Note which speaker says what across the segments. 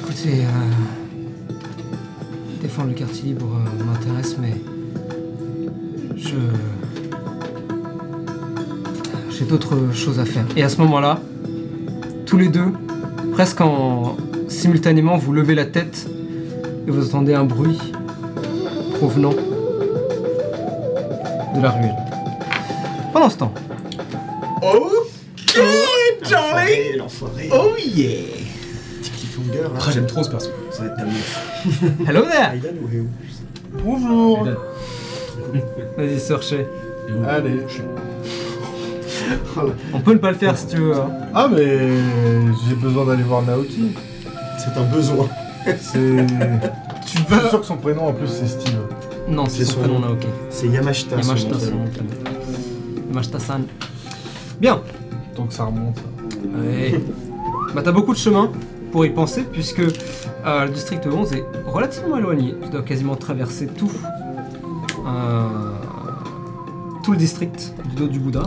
Speaker 1: Écoutez, euh, défendre le quartier libre euh, m'intéresse, mais je j'ai d'autres choses à faire. Et à ce moment-là, tous les deux, presque en simultanément, vous levez la tête et vous entendez un bruit provenant de la ruelle. Pendant ce temps,
Speaker 2: Ok, Charlie
Speaker 3: L'enfoiré, l'enfoiré.
Speaker 2: Oh yeah
Speaker 3: Petit cliffhanger là.
Speaker 4: Ah, j'aime trop ce perso.
Speaker 3: Ça va être tellement.
Speaker 1: hello there.
Speaker 3: Aidan ou Eo
Speaker 2: Bonjour
Speaker 1: Vas-y, searchez.
Speaker 2: Allez.
Speaker 1: On peut ne pas le faire si tu veux. hein.
Speaker 2: Ah mais j'ai besoin d'aller voir Naoki.
Speaker 3: C'est un besoin.
Speaker 2: C'est...
Speaker 1: Tu
Speaker 2: Je suis sûr que son prénom en plus c'est Steve.
Speaker 1: Non, c'est
Speaker 3: C'est
Speaker 1: son
Speaker 3: son
Speaker 1: prénom
Speaker 3: nom.
Speaker 1: là, ok.
Speaker 3: C'est Yamashita. son nom de
Speaker 1: Yamashita-san.
Speaker 3: famille.
Speaker 1: Yamashita-san. Bien.
Speaker 2: Donc ça remonte.
Speaker 1: Ouais. Bah t'as beaucoup de chemin pour y penser puisque euh, le district 11 est relativement éloigné. Tu dois quasiment traverser tout, euh, tout le district du dos du Bouddha.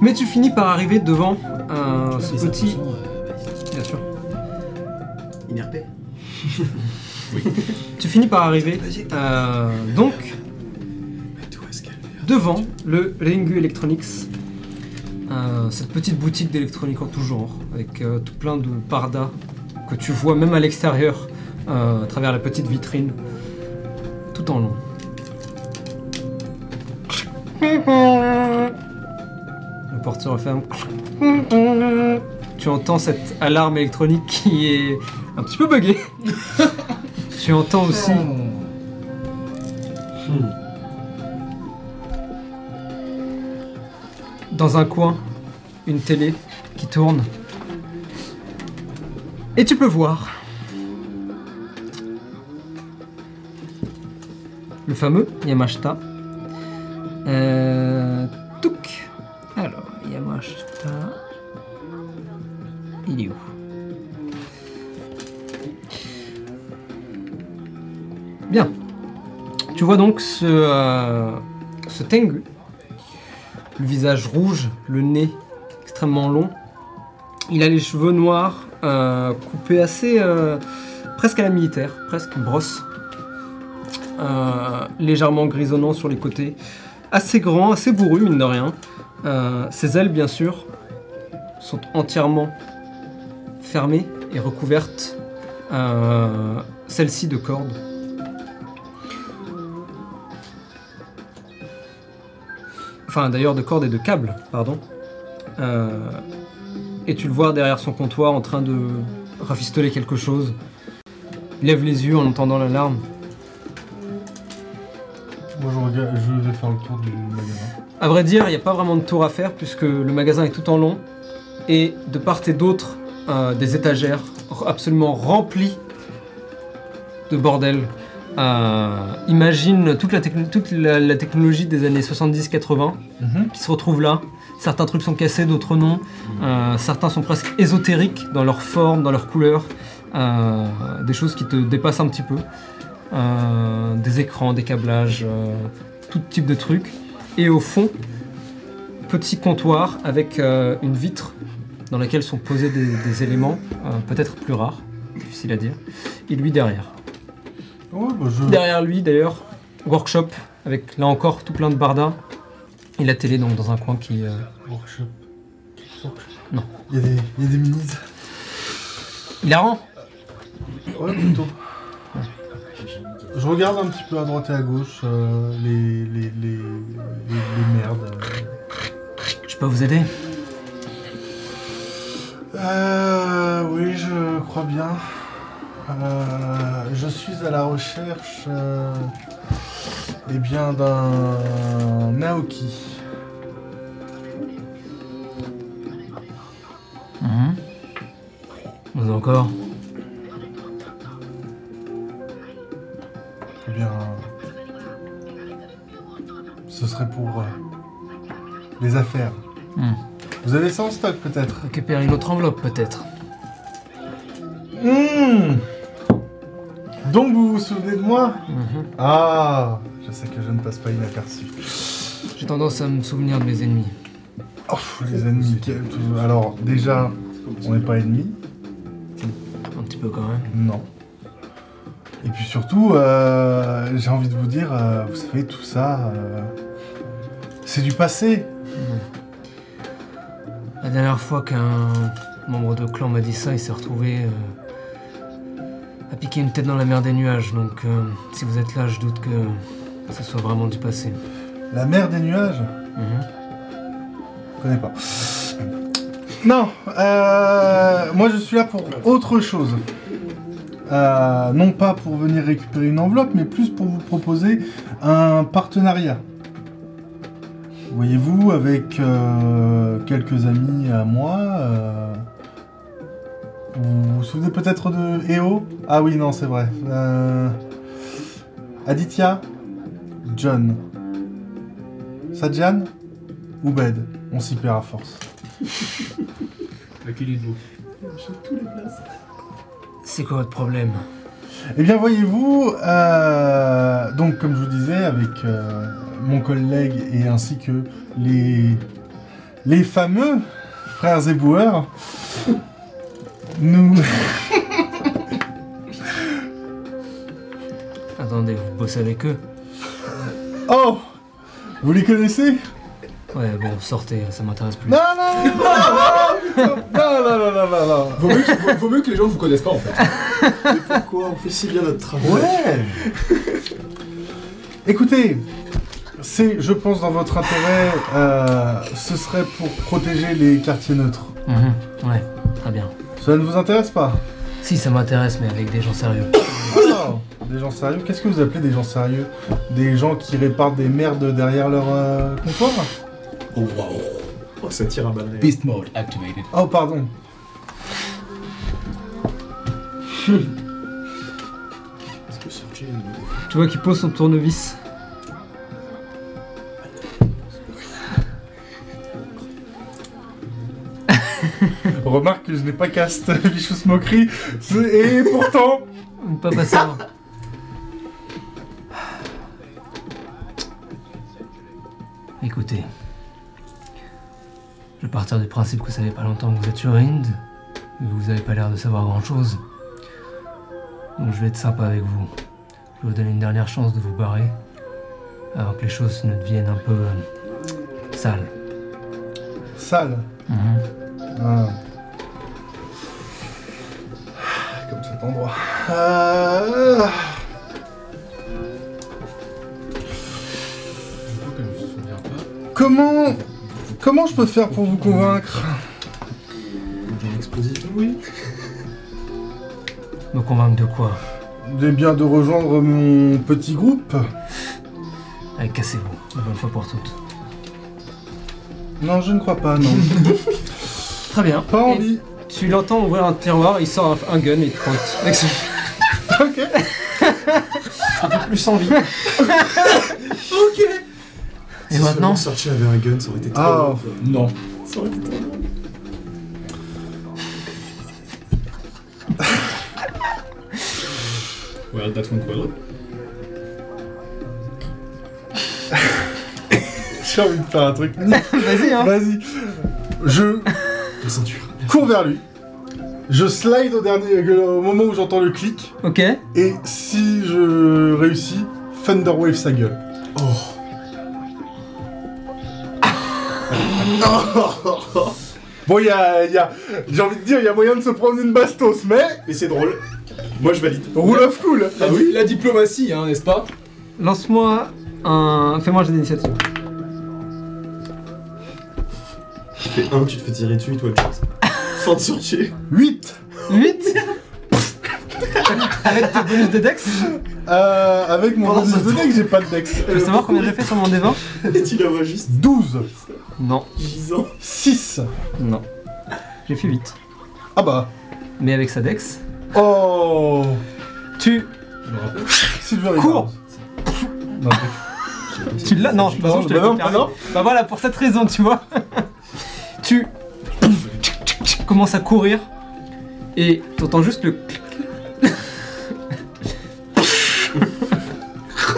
Speaker 1: Mais tu finis par arriver devant euh, ce petit... Bien sûr.
Speaker 3: INRP.
Speaker 1: Tu finis par arriver
Speaker 3: Vas-y.
Speaker 1: euh, donc devant le Ringu Electronics, euh, cette petite boutique d'électronique en tout genre, avec euh, tout plein de pardas que tu vois même à l'extérieur, euh, à travers la petite vitrine, tout en long. La porte se referme. Tu entends cette alarme électronique qui est un petit peu buggée. tu entends aussi dans un coin une télé qui tourne. Et tu peux voir le fameux Yamashita. Euh, touc. Alors, Yamashita. Il est où Bien. Tu vois donc ce, euh, ce Tengu le visage rouge, le nez extrêmement long. Il a les cheveux noirs, euh, coupés assez. euh, presque à la militaire, presque brosse. Euh, légèrement grisonnant sur les côtés. Assez grand, assez bourru, mine de rien. Euh, ses ailes, bien sûr, sont entièrement fermées et recouvertes. euh, Celles-ci de cordes. enfin d'ailleurs de cordes et de câbles, pardon. Euh, et tu le vois derrière son comptoir en train de rafistoler quelque chose. Il lève les yeux en entendant l'alarme.
Speaker 2: Moi je regarde, je vais faire le tour du magasin.
Speaker 1: À vrai dire, il n'y a pas vraiment de tour à faire puisque le magasin est tout en long et de part et d'autre euh, des étagères r- absolument remplies de bordel. Euh, imagine toute, la, techno- toute la- la technologie des années 70-80 qui se retrouvent là. Certains trucs sont cassés, d'autres non. Euh, certains sont presque ésotériques dans leur forme, dans leur couleur. Euh, des choses qui te dépassent un petit peu. Euh, des écrans, des câblages, euh, tout type de trucs. Et au fond, petit comptoir avec euh, une vitre dans laquelle sont posés des, des éléments, euh, peut-être plus rares, difficile à dire. Et lui derrière.
Speaker 2: Ouais bah je...
Speaker 1: Derrière lui, d'ailleurs, workshop avec là encore tout plein de bardas. Et la télé donc dans un coin qui. euh,
Speaker 2: Workshop. Workshop.
Speaker 1: Non.
Speaker 2: Il y a des, il y a des minis.
Speaker 1: Il la rend
Speaker 2: Ouais plutôt. Je regarde un petit peu à droite et à gauche euh, les, les, les, les, les merdes. euh.
Speaker 1: Je peux vous aider
Speaker 2: Euh, oui, je crois bien. Euh, je suis à la recherche euh, eh bien d'un Naoki.
Speaker 1: Mhm. Vous encore
Speaker 2: Eh bien, ce serait pour euh, les affaires.
Speaker 1: Hmm.
Speaker 2: Vous avez ça en stock peut-être
Speaker 1: Récupérer une autre enveloppe peut-être
Speaker 2: Hmm. Donc vous vous souvenez de moi
Speaker 1: Mhm.
Speaker 2: Ah, je sais que je ne passe pas inaperçu.
Speaker 1: J'ai tendance à me souvenir de mes ennemis.
Speaker 2: Ouf, les ennemis. quel- Alors déjà, on n'est pas ennemis.
Speaker 1: Un petit peu quand même.
Speaker 2: Non. Et puis surtout, euh, j'ai envie de vous dire, euh, vous savez, tout ça, euh, c'est du passé.
Speaker 1: La dernière fois qu'un membre de clan m'a dit ça, il s'est retrouvé euh, à piquer une tête dans la mer des nuages. Donc euh, si vous êtes là, je doute que ce soit vraiment du passé.
Speaker 2: La mer des nuages
Speaker 1: Mhm.
Speaker 2: Je connais pas. Non, euh, moi je suis là pour autre chose. Euh, non pas pour venir récupérer une enveloppe, mais plus pour vous proposer un partenariat. Voyez-vous, avec euh, quelques amis à moi, euh, vous vous souvenez peut-être de EO Ah oui, non, c'est vrai. Euh, Aditya, John, Sadjan, Oubed. On s'y perd à force.
Speaker 4: À qui dites-vous
Speaker 1: C'est quoi votre problème
Speaker 2: Eh bien, voyez-vous, euh, donc comme je vous disais, avec euh, mon collègue et ainsi que les, les fameux frères éboueurs, nous...
Speaker 1: Attendez, vous bossez avec eux
Speaker 2: Oh Vous les connaissez
Speaker 1: Ouais, bon, sortez, ça m'intéresse plus.
Speaker 2: Non, non, non, non, non, non, non, non, non, non.
Speaker 4: vaut mieux, que, vaut mieux que les gens vous connaissent pas en fait.
Speaker 3: Pourquoi on fait si bien notre travail
Speaker 2: Ouais Écoutez, c'est, je pense, dans votre intérêt, euh, ce serait pour protéger les quartiers neutres.
Speaker 1: Mhm, Ouais, très bien.
Speaker 2: Cela ne vous intéresse pas
Speaker 1: Si, ça m'intéresse, mais avec des gens sérieux.
Speaker 2: Alors, Ah, des gens sérieux Qu'est-ce que vous appelez des gens sérieux Des gens qui réparent des merdes derrière leur euh, comptoir
Speaker 3: Oh, waouh. Oh, ça tire à balles réelles.
Speaker 4: Beast mode activated.
Speaker 2: Oh, pardon.
Speaker 3: Parce que Sergi,
Speaker 1: Tu vois qu'il pose son tournevis.
Speaker 2: Remarque que je n'ai pas cast Vicious Mockery, c'est- et pourtant...
Speaker 1: Pas passé. avant. Écoutez, je vais partir du principe que ça fait pas longtemps que vous êtes sur Inde, et que vous avez pas l'air de savoir grand chose. Donc je vais être sympa avec vous. Je vais vous donner une dernière chance de vous barrer, avant que les choses ne deviennent un peu euh, sales.
Speaker 2: Sale.
Speaker 4: Mhm.
Speaker 2: Ah. Comme cet endroit. Euh,
Speaker 4: Je crois que je me souviens pas.
Speaker 2: Comment... Comment je peux faire pour vous convaincre
Speaker 3: j'ai un explosif. Oui.
Speaker 1: Me convaincre de quoi
Speaker 2: Eh bien, de rejoindre mon petit groupe.
Speaker 1: Allez, cassez-vous, une bonne fois pour toutes.
Speaker 2: Non, je ne crois pas, non.
Speaker 1: Très bien.
Speaker 2: Pas envie.
Speaker 1: Tu l'entends ouvrir un tiroir, il sort un, un gun et il te pointe. Avec son-
Speaker 2: Ok.
Speaker 3: Plus envie. ok.
Speaker 1: Et maintenant
Speaker 3: Sergi avait un gun, ça aurait été trop.
Speaker 2: Ah.
Speaker 3: long, quoi.
Speaker 4: Non.
Speaker 3: Ça aurait été trop. long.
Speaker 4: Well, that went well.
Speaker 2: J'ai envie de faire un truc.
Speaker 1: Vas-y, hein
Speaker 2: Vas-y. Je
Speaker 3: La ceinture.
Speaker 2: cours vers lui. Je slide au dernier euh, au moment où j'entends le clic
Speaker 1: Ok.
Speaker 2: et si je réussis, Thunderwave sa gueule.
Speaker 3: Oh.
Speaker 2: Bon, il y a, il y a- j'ai envie de dire, il y a moyen de se prendre une bastos, mais
Speaker 3: Mais c'est drôle. Moi, je valide.
Speaker 2: rule of cool.
Speaker 4: Ah oui La diplomatie, hein, n'est-ce pas
Speaker 1: Lance-moi un. Fais-moi un jeu d'initiative.
Speaker 3: Tu fais un, tu te fais tirer dessus et toi, tu passes. Fin de sortie.
Speaker 2: 8
Speaker 1: 8 Avec ton bonus de dex
Speaker 2: euh, Avec mon
Speaker 3: Oh,
Speaker 2: bonus
Speaker 3: ça
Speaker 2: de deck, j'ai pas de dex.
Speaker 1: Je veux savoir combien j'ai fait sur mon D20
Speaker 3: Et tu la vois juste
Speaker 2: 12,
Speaker 1: Non,
Speaker 3: gisant.
Speaker 2: 6.
Speaker 1: non. J'ai fait 8.
Speaker 2: Ah bah.
Speaker 1: Mais avec sa dex,
Speaker 2: Oh
Speaker 1: tu.
Speaker 4: Je me rappelle.
Speaker 2: Silver is
Speaker 1: Cours.
Speaker 2: out. Non, t'es-
Speaker 1: Tu l'as Non, de toute façon, je te l'ai
Speaker 2: Bah non,
Speaker 1: pas permis.
Speaker 2: bah non.
Speaker 1: Bah voilà, pour cette raison, tu vois. tu. commences à courir et t'entends juste le. clic.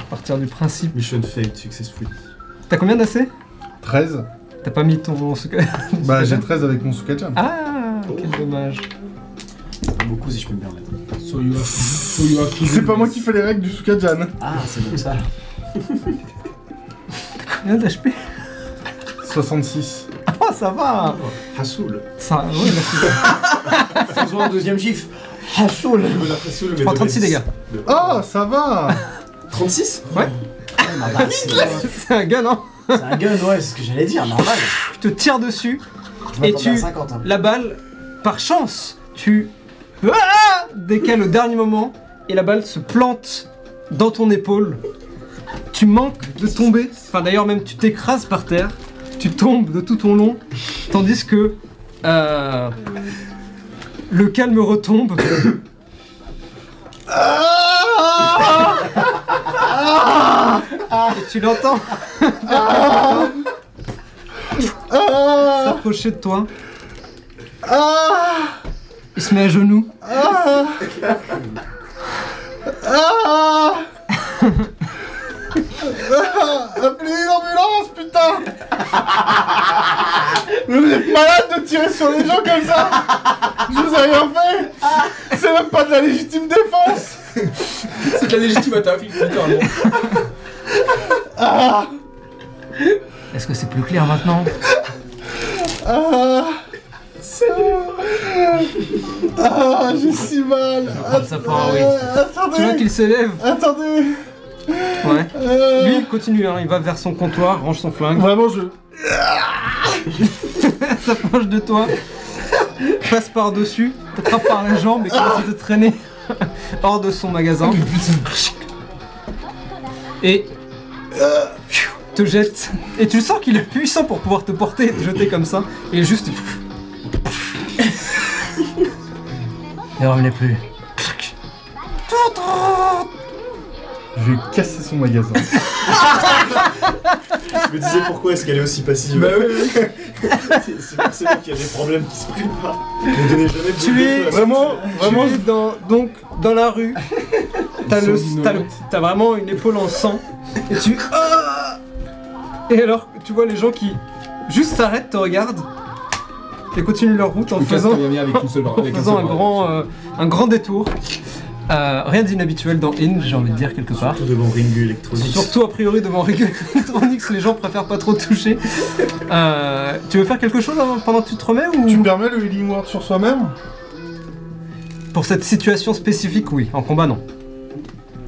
Speaker 1: À partir du principe.
Speaker 3: Mission failed successfully.
Speaker 1: T'as combien d'AC
Speaker 2: 13.
Speaker 1: T'as pas mis ton.
Speaker 2: Bah, j'ai 13 avec mon Sukajam.
Speaker 5: Oh.
Speaker 1: Ah, quel Ah, dommage.
Speaker 5: beaucoup si je peux me permettre.
Speaker 4: So you have, so you have
Speaker 2: C'est pas moi qui fais les règles du Sukajan.
Speaker 5: Ah, c'est comme ça.
Speaker 1: Combien d'HP
Speaker 2: 66.
Speaker 1: Oh, ça va
Speaker 3: Hassoul.
Speaker 1: Ça, ouais, merci.
Speaker 5: Faisons un deuxième chiffre. Ah, saoul
Speaker 3: Hassoul, mais
Speaker 1: Prends
Speaker 3: de
Speaker 1: 36
Speaker 3: Venice.
Speaker 1: dégâts.
Speaker 3: De-
Speaker 2: Oh, ça va
Speaker 3: 36
Speaker 5: C'est
Speaker 1: Ah, C'est un gun, hein
Speaker 5: Ah, c'est un gun, ouais, c'est ce que j'allais dire, normal.
Speaker 1: Je te tire dessus.
Speaker 5: Je
Speaker 1: Et
Speaker 5: m'attendais
Speaker 1: tu-
Speaker 5: à 50. hein.
Speaker 1: La balle, par chance, tu Ah décales au dernier moment et la balle se plante dans ton épaule. Tu manques de tomber. Enfin, d'ailleurs, même tu t'écrases par terre. Tu tombes de tout ton long. Tandis que euh, le calme retombe. Et tu l'entends
Speaker 2: Ah
Speaker 1: s'approcher de toi.
Speaker 2: Ah
Speaker 1: Il se met à genoux.
Speaker 2: Ah Ah Appelez une ambulance, putain Mais vous êtes malade de tirer sur les gens comme ça Je vous ai rien fait C'est même pas de la légitime défense
Speaker 4: C'est de la légitime attaque, littéralement.
Speaker 1: Est-ce que c'est plus clair maintenant
Speaker 2: Ah Ah J'ai si mal
Speaker 1: prendre ça pour un oui.
Speaker 2: Euh,
Speaker 1: Tu vois
Speaker 2: Attendez
Speaker 1: qu'il se lève
Speaker 2: Attendez
Speaker 1: Ouais.
Speaker 2: Euh,
Speaker 1: Lui, il continue, hein, il va vers son comptoir, range son flingue,
Speaker 2: Vraiment, je...
Speaker 1: s'approche de toi, passe par-dessus, t'attrape par la jambe et commence à te traîner hors de son magasin. Et te jette. Et tu sens qu'il est puissant pour pouvoir te porter et te jeter comme ça. Et juste. Ne revenez plus.
Speaker 2: Je vais casser son magasin.
Speaker 3: Je me disais pourquoi est-ce qu'elle est aussi passive.
Speaker 4: Bah
Speaker 3: C'est- C'est forcément qu'il y a des problèmes qui se préparent. Ne donnez jamais de
Speaker 1: Tu
Speaker 3: boule de
Speaker 1: es-
Speaker 3: feu à ce-
Speaker 2: Vraiment, vraiment,
Speaker 1: Vraiment, dans, donc dans la rue, t'as
Speaker 4: Ils
Speaker 1: le,
Speaker 4: sont
Speaker 1: t'as le- t'as vraiment une épaule en sang et tu Ah et alors tu vois les gens qui juste s'arrêtent, te regardent et continuent leur route en
Speaker 4: Lucas
Speaker 1: faisant,
Speaker 4: Toyami avec une seule
Speaker 1: en
Speaker 4: avec
Speaker 1: faisant un
Speaker 4: seul bras.
Speaker 1: grand, euh, un grand détour. Euh, rien d'inhabituel dans In, j'ai envie de dire quelque part.
Speaker 3: Surtout devant Ringu électronique.
Speaker 1: Surtout a priori devant Regular Electronics, les gens préfèrent pas trop toucher. Euh, tu veux faire quelque chose avant- pendant que tu te remets ou
Speaker 2: tu permets le healing word sur soi-même
Speaker 1: Pour cette situation spécifique, oui. En combat, non.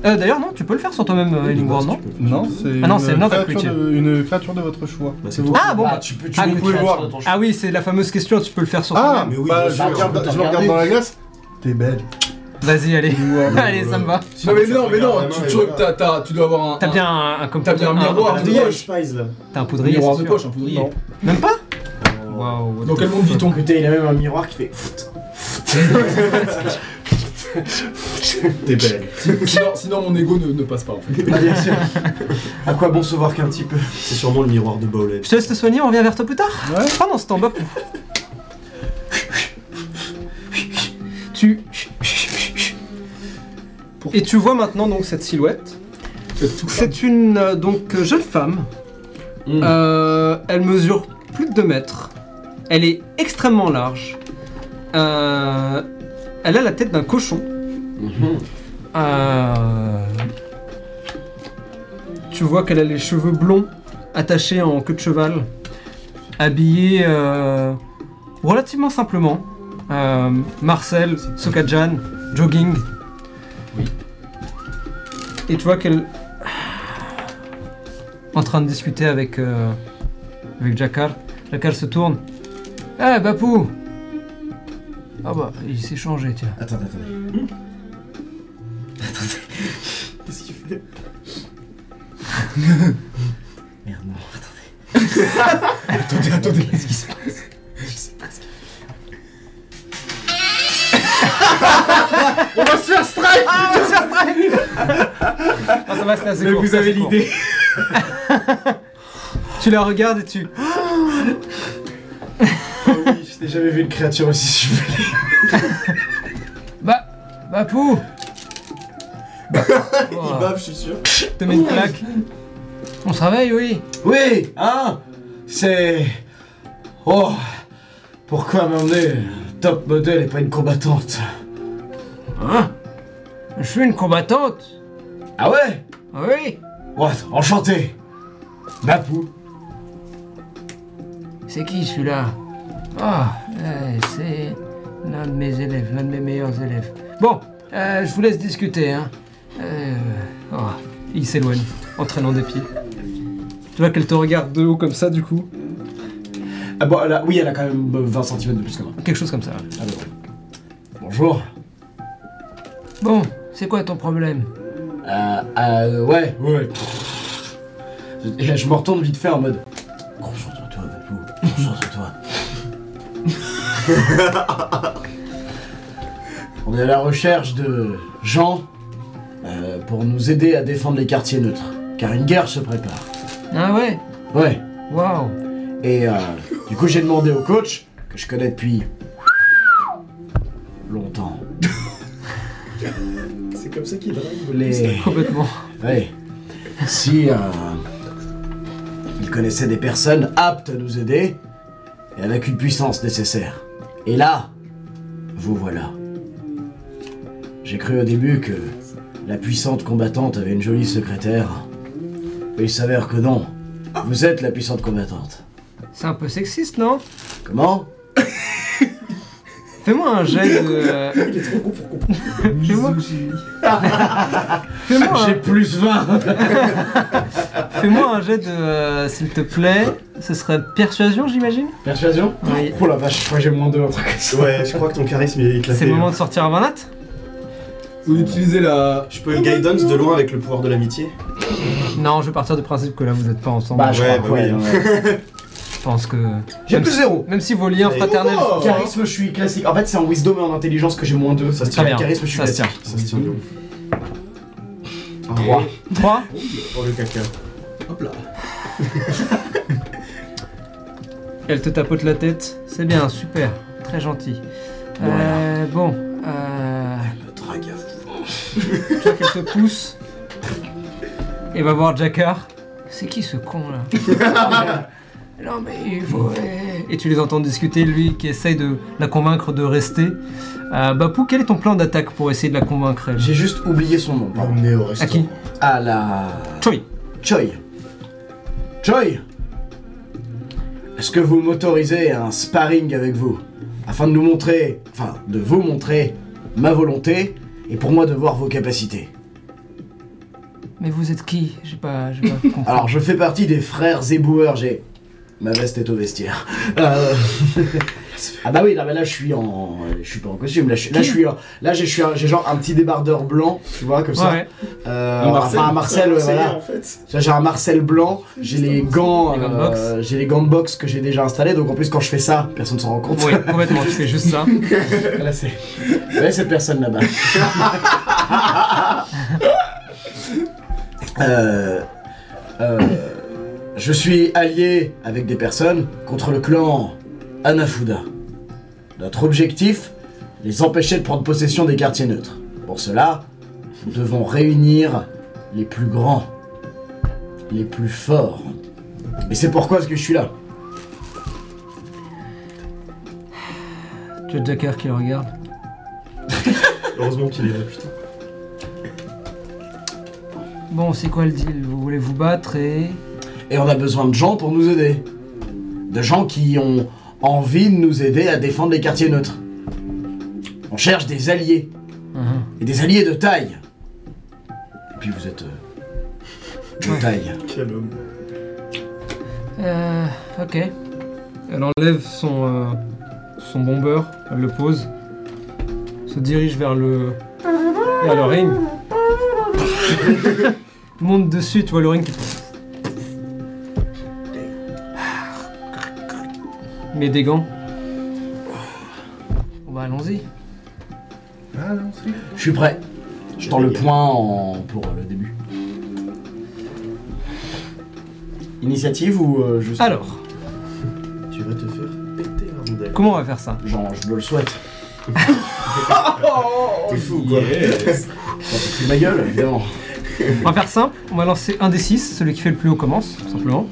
Speaker 1: Euh, D'ailleurs, non, tu peux le faire sur toi-même, euh,
Speaker 4: Bah,
Speaker 1: Healing Word, non
Speaker 2: Non, c'est
Speaker 1: Ah non,
Speaker 2: une
Speaker 1: c'est not a
Speaker 2: créature
Speaker 1: creature.
Speaker 2: de- une créature de votre choix.
Speaker 3: Bah, c'est toi.
Speaker 1: Ah bon
Speaker 5: Ah, tu peux tuer
Speaker 1: Ah,
Speaker 5: une
Speaker 2: vous pouvez
Speaker 5: créature
Speaker 2: voir.
Speaker 5: de ton
Speaker 1: Ah oui, c'est la fameuse question, tu peux le faire sur
Speaker 2: Ah,
Speaker 1: toi-même.
Speaker 3: mais oui,
Speaker 2: bah,
Speaker 3: bien
Speaker 2: je,
Speaker 3: sûr,
Speaker 2: le regarde,
Speaker 5: on peut
Speaker 2: je
Speaker 5: te
Speaker 2: le regarde dans la
Speaker 5: regarder.
Speaker 2: glace. T'es belle.
Speaker 1: Vas-y, allez.
Speaker 2: Healing word.
Speaker 1: allez, ça me va.
Speaker 4: Non, mais non, mais
Speaker 3: Regarde
Speaker 4: non,
Speaker 3: la main,
Speaker 4: tu,
Speaker 3: et
Speaker 4: tu-
Speaker 3: voilà.
Speaker 4: t'as- t'as- tu dois avoir un.
Speaker 1: T'as
Speaker 4: un-
Speaker 1: bien un, un- comme
Speaker 4: T'as bien un miroir
Speaker 3: Ah,
Speaker 1: un
Speaker 4: de
Speaker 1: poudrier.
Speaker 3: d'ailleurs,
Speaker 4: poche.
Speaker 3: je spies là.
Speaker 1: T'as un
Speaker 4: un
Speaker 1: poudrier.
Speaker 4: miroir
Speaker 1: c'est
Speaker 4: de
Speaker 1: sûr.
Speaker 4: poche, un poudrier.
Speaker 1: Non. Même pas Waouh. what
Speaker 4: Dans
Speaker 1: the
Speaker 4: quel monde
Speaker 1: fuck.
Speaker 4: vit-on
Speaker 5: Putain, il a même un miroir qui fait.
Speaker 3: T'es belle.
Speaker 4: sinon, sinon, mon ego ne, ne passe pas en fait.
Speaker 5: Ah, bien sûr. À quoi bon se voir qu'un petit peu
Speaker 3: C'est sûrement le miroir de Bowlet.
Speaker 1: Je te laisse te soigner, on revient vers toi plus tard.
Speaker 2: Ouais.
Speaker 1: Pendant ce temps, Bapou. tu. Et tu vois maintenant donc cette silhouette. C'est une euh, donc euh, jeune femme.
Speaker 4: Mm.
Speaker 1: Euh, elle mesure plus de 2 mètres. Elle est extrêmement large. Euh, elle a la tête d'un cochon. Euh, tu vois qu'elle a les cheveux blonds attachés en queue de cheval, habillée euh, relativement simplement. Euh, Marcel, Sokajan, jogging.
Speaker 4: Oui.
Speaker 1: Et tu vois qu'elle en train de discuter avec, euh, avec Jakar. Jakar se tourne. Eh, Bapou Ah bah, il s'est changé, tiens.
Speaker 5: Attendez, attendez.
Speaker 1: Hmm.
Speaker 3: Qu'est-ce qu'il fait
Speaker 5: Merde, non.
Speaker 4: Attendez, attendez. Qu'est-ce qui se
Speaker 2: On va se faire strike
Speaker 1: Ah, ça va, c'est assez court, c'est assez court. Tu la regardes et tu...
Speaker 5: Ah oui, je n'ai jamais vu une créature aussi super.
Speaker 1: Bah, Bapou Oh.
Speaker 3: Il bave, je suis sûr.
Speaker 1: Je te mets une claque. On se réveille, oui
Speaker 5: Oui, hein C'est. Oh Pourquoi m'emmener top modèle et pas une combattante
Speaker 1: Hein Je suis une combattante
Speaker 5: Ah ouais
Speaker 1: Ah Oui
Speaker 5: What Enchanté Mapou
Speaker 1: C'est qui celui-là Ah, euh, c'est l'un de mes élèves, l'un de mes meilleurs élèves. Bon, euh, je vous laisse discuter, hein. Euh, oh, il s'éloigne, en traînant des pieds. Tu vois qu'elle te regarde de haut comme ça, du coup
Speaker 5: Ah bon, elle a- oui, elle a quand même euh, 20 cm de plus que moi.
Speaker 1: Quelque chose comme ça.
Speaker 5: Ah bah ouais. Bonjour.
Speaker 1: Bon, c'est quoi ton problème
Speaker 5: Euh, euh, ouais, ouais. Pff. Et là, je me retourne vite fait en mode. Concentre-toi, Mapou. Concentre-toi. On est à la recherche de gens euh, pour nous aider à défendre les quartiers neutres, car une guerre se prépare.
Speaker 1: Ah ouais
Speaker 5: Ouais.
Speaker 1: Waouh
Speaker 5: Et euh, du coup, j'ai demandé au coach que je connais depuis longtemps.
Speaker 3: C'est comme ça qu'il drague.
Speaker 5: Les
Speaker 1: Complètement.
Speaker 5: Oui. Si euh, il connaissait des personnes aptes à nous aider et avec une puissance nécessaire. Et là, vous voilà. J'ai cru au début que la puissante combattante avait une jolie secrétaire. Mais il s'avère que non. Vous êtes la puissante combattante.
Speaker 1: C'est un peu sexiste, non
Speaker 5: Comment
Speaker 1: Fais-moi un jet de... euh,
Speaker 3: Il est trop gros pour comprendre.
Speaker 1: Fais-moi Fais-moi
Speaker 5: J'ai
Speaker 1: un-
Speaker 5: plus 20
Speaker 1: fais-moi un jet de... euh, S'il te plaît, ce serait persuasion, j'imagine
Speaker 5: Persuasion
Speaker 1: Oui.
Speaker 5: Oh la vache, je crois que j'ai moins de un truc comme ça.
Speaker 3: Ouais, je crois que ton charisme est éclaté. hein.
Speaker 1: C'est le moment de sortir à 20
Speaker 4: Vous utilisez la.
Speaker 3: Je peux guidance de loin avec le pouvoir de l'amitié
Speaker 1: Non, je vais partir du principe que là vous n'êtes pas ensemble.
Speaker 5: Bah, je
Speaker 3: Ouais,
Speaker 5: crois que
Speaker 3: bah
Speaker 5: ouais, ouais.
Speaker 1: je pense que.
Speaker 5: J'ai
Speaker 1: Même
Speaker 5: plus
Speaker 1: si,
Speaker 5: 0
Speaker 1: même si vos liens
Speaker 3: Mais
Speaker 1: fraternels.
Speaker 4: pourquoi
Speaker 5: Charisme, je suis classique. En fait, c'est en wisdom et en intelligence que j'ai moins 2. Ça se
Speaker 1: Très
Speaker 5: tient.
Speaker 1: bien.
Speaker 5: Charisme, je suis
Speaker 1: Ça se
Speaker 5: classique.
Speaker 1: tient.
Speaker 3: Ça se tient de ouf.
Speaker 5: 3.
Speaker 1: 3
Speaker 3: Oh le caca.
Speaker 4: Hop là.
Speaker 1: Elle te tapote la tête. C'est bien, super. Très gentil. Euh, bon. Euh,
Speaker 5: Me drague à fond.
Speaker 1: tu vois qu'elle te pousse. Et va voir Jackar. C'est qui ce con là Non mais il faut. Et tu les entends discuter, lui qui essaye de la convaincre de rester. Euh, Bapou, quel est ton plan d'attaque pour essayer de la convaincre elle
Speaker 5: J'ai juste oublié son nom. pardon.
Speaker 2: L'emmener au
Speaker 1: À
Speaker 2: restaurant.
Speaker 1: qui
Speaker 5: À la.
Speaker 1: Choi
Speaker 5: Choi. Choi Est-ce que vous m'autorisez un sparring avec vous Afin de nous montrer. Enfin, de vous montrer ma volonté et pour moi de voir vos capacités.
Speaker 1: Mais vous êtes qui J'ai pas, j'ai pas compris.
Speaker 5: Alors, je fais partie des frères éboueurs, j'ai... Ma veste est au vestiaire. Euh, ah bah oui, là, bah là je suis en... Je suis pas en costume, là je, suis- là, je suis... en- Là j'ai je suis un- j'ai genre un petit débardeur blanc, tu vois, comme ça.
Speaker 1: Ouais.
Speaker 5: Euh, enfin, un Marcel, ouais, voilà.
Speaker 3: en fait.
Speaker 5: Tu vois, J'ai un Marcel blanc, j'ai les gants...
Speaker 1: Les gants de
Speaker 5: euh, j'ai les gants de boxe que j'ai déjà installés, donc en plus quand je fais ça, personne s'en rend compte.
Speaker 1: Oui, complètement, tu fais juste ça.
Speaker 5: Ah, là c'est... Ouais, cette personne là-bas. Euh, euh, je suis allié avec des personnes contre le clan Anafuda. Notre objectif, les empêcher de prendre possession des quartiers neutres. Pour cela, nous devons réunir les plus grands, les plus forts. Et c'est pourquoi est-ce que je suis là.
Speaker 1: Tu as Jacker qui le regarde.
Speaker 3: Heureusement qu'il est là, putain.
Speaker 1: Bon, c'est quoi le deal Vous voulez vous battre et.
Speaker 5: Et on a besoin de gens pour nous aider. De gens qui ont envie de nous aider à défendre les quartiers neutres. On cherche des alliés.
Speaker 1: Hein.
Speaker 5: Et des alliés de taille. Et puis vous êtes... euh, de
Speaker 1: Ouais.
Speaker 5: taille.
Speaker 3: Quel homme.
Speaker 1: Euh. Ok. Elle enlève son. euh, son bomber, elle le pose, se dirige vers le. vers le ring. Monte dessus, tu vois le ring qui. Mets des gants. Bon Bah allons-y.
Speaker 2: Ah non, c'est
Speaker 5: Je suis prêt. Je tends le point en- pour euh, le début. Initiative ou euh, juste...
Speaker 1: Alors,
Speaker 3: Tu vas te faire péter la rondelle.
Speaker 1: comment on va faire ça
Speaker 5: Genre, je me le souhaite.
Speaker 3: T'es fou quoi.
Speaker 5: Ça te fout de ma gueule, évidemment.
Speaker 1: On va faire simple, on va lancer un des 6, celui qui fait le plus haut commence, tout simplement.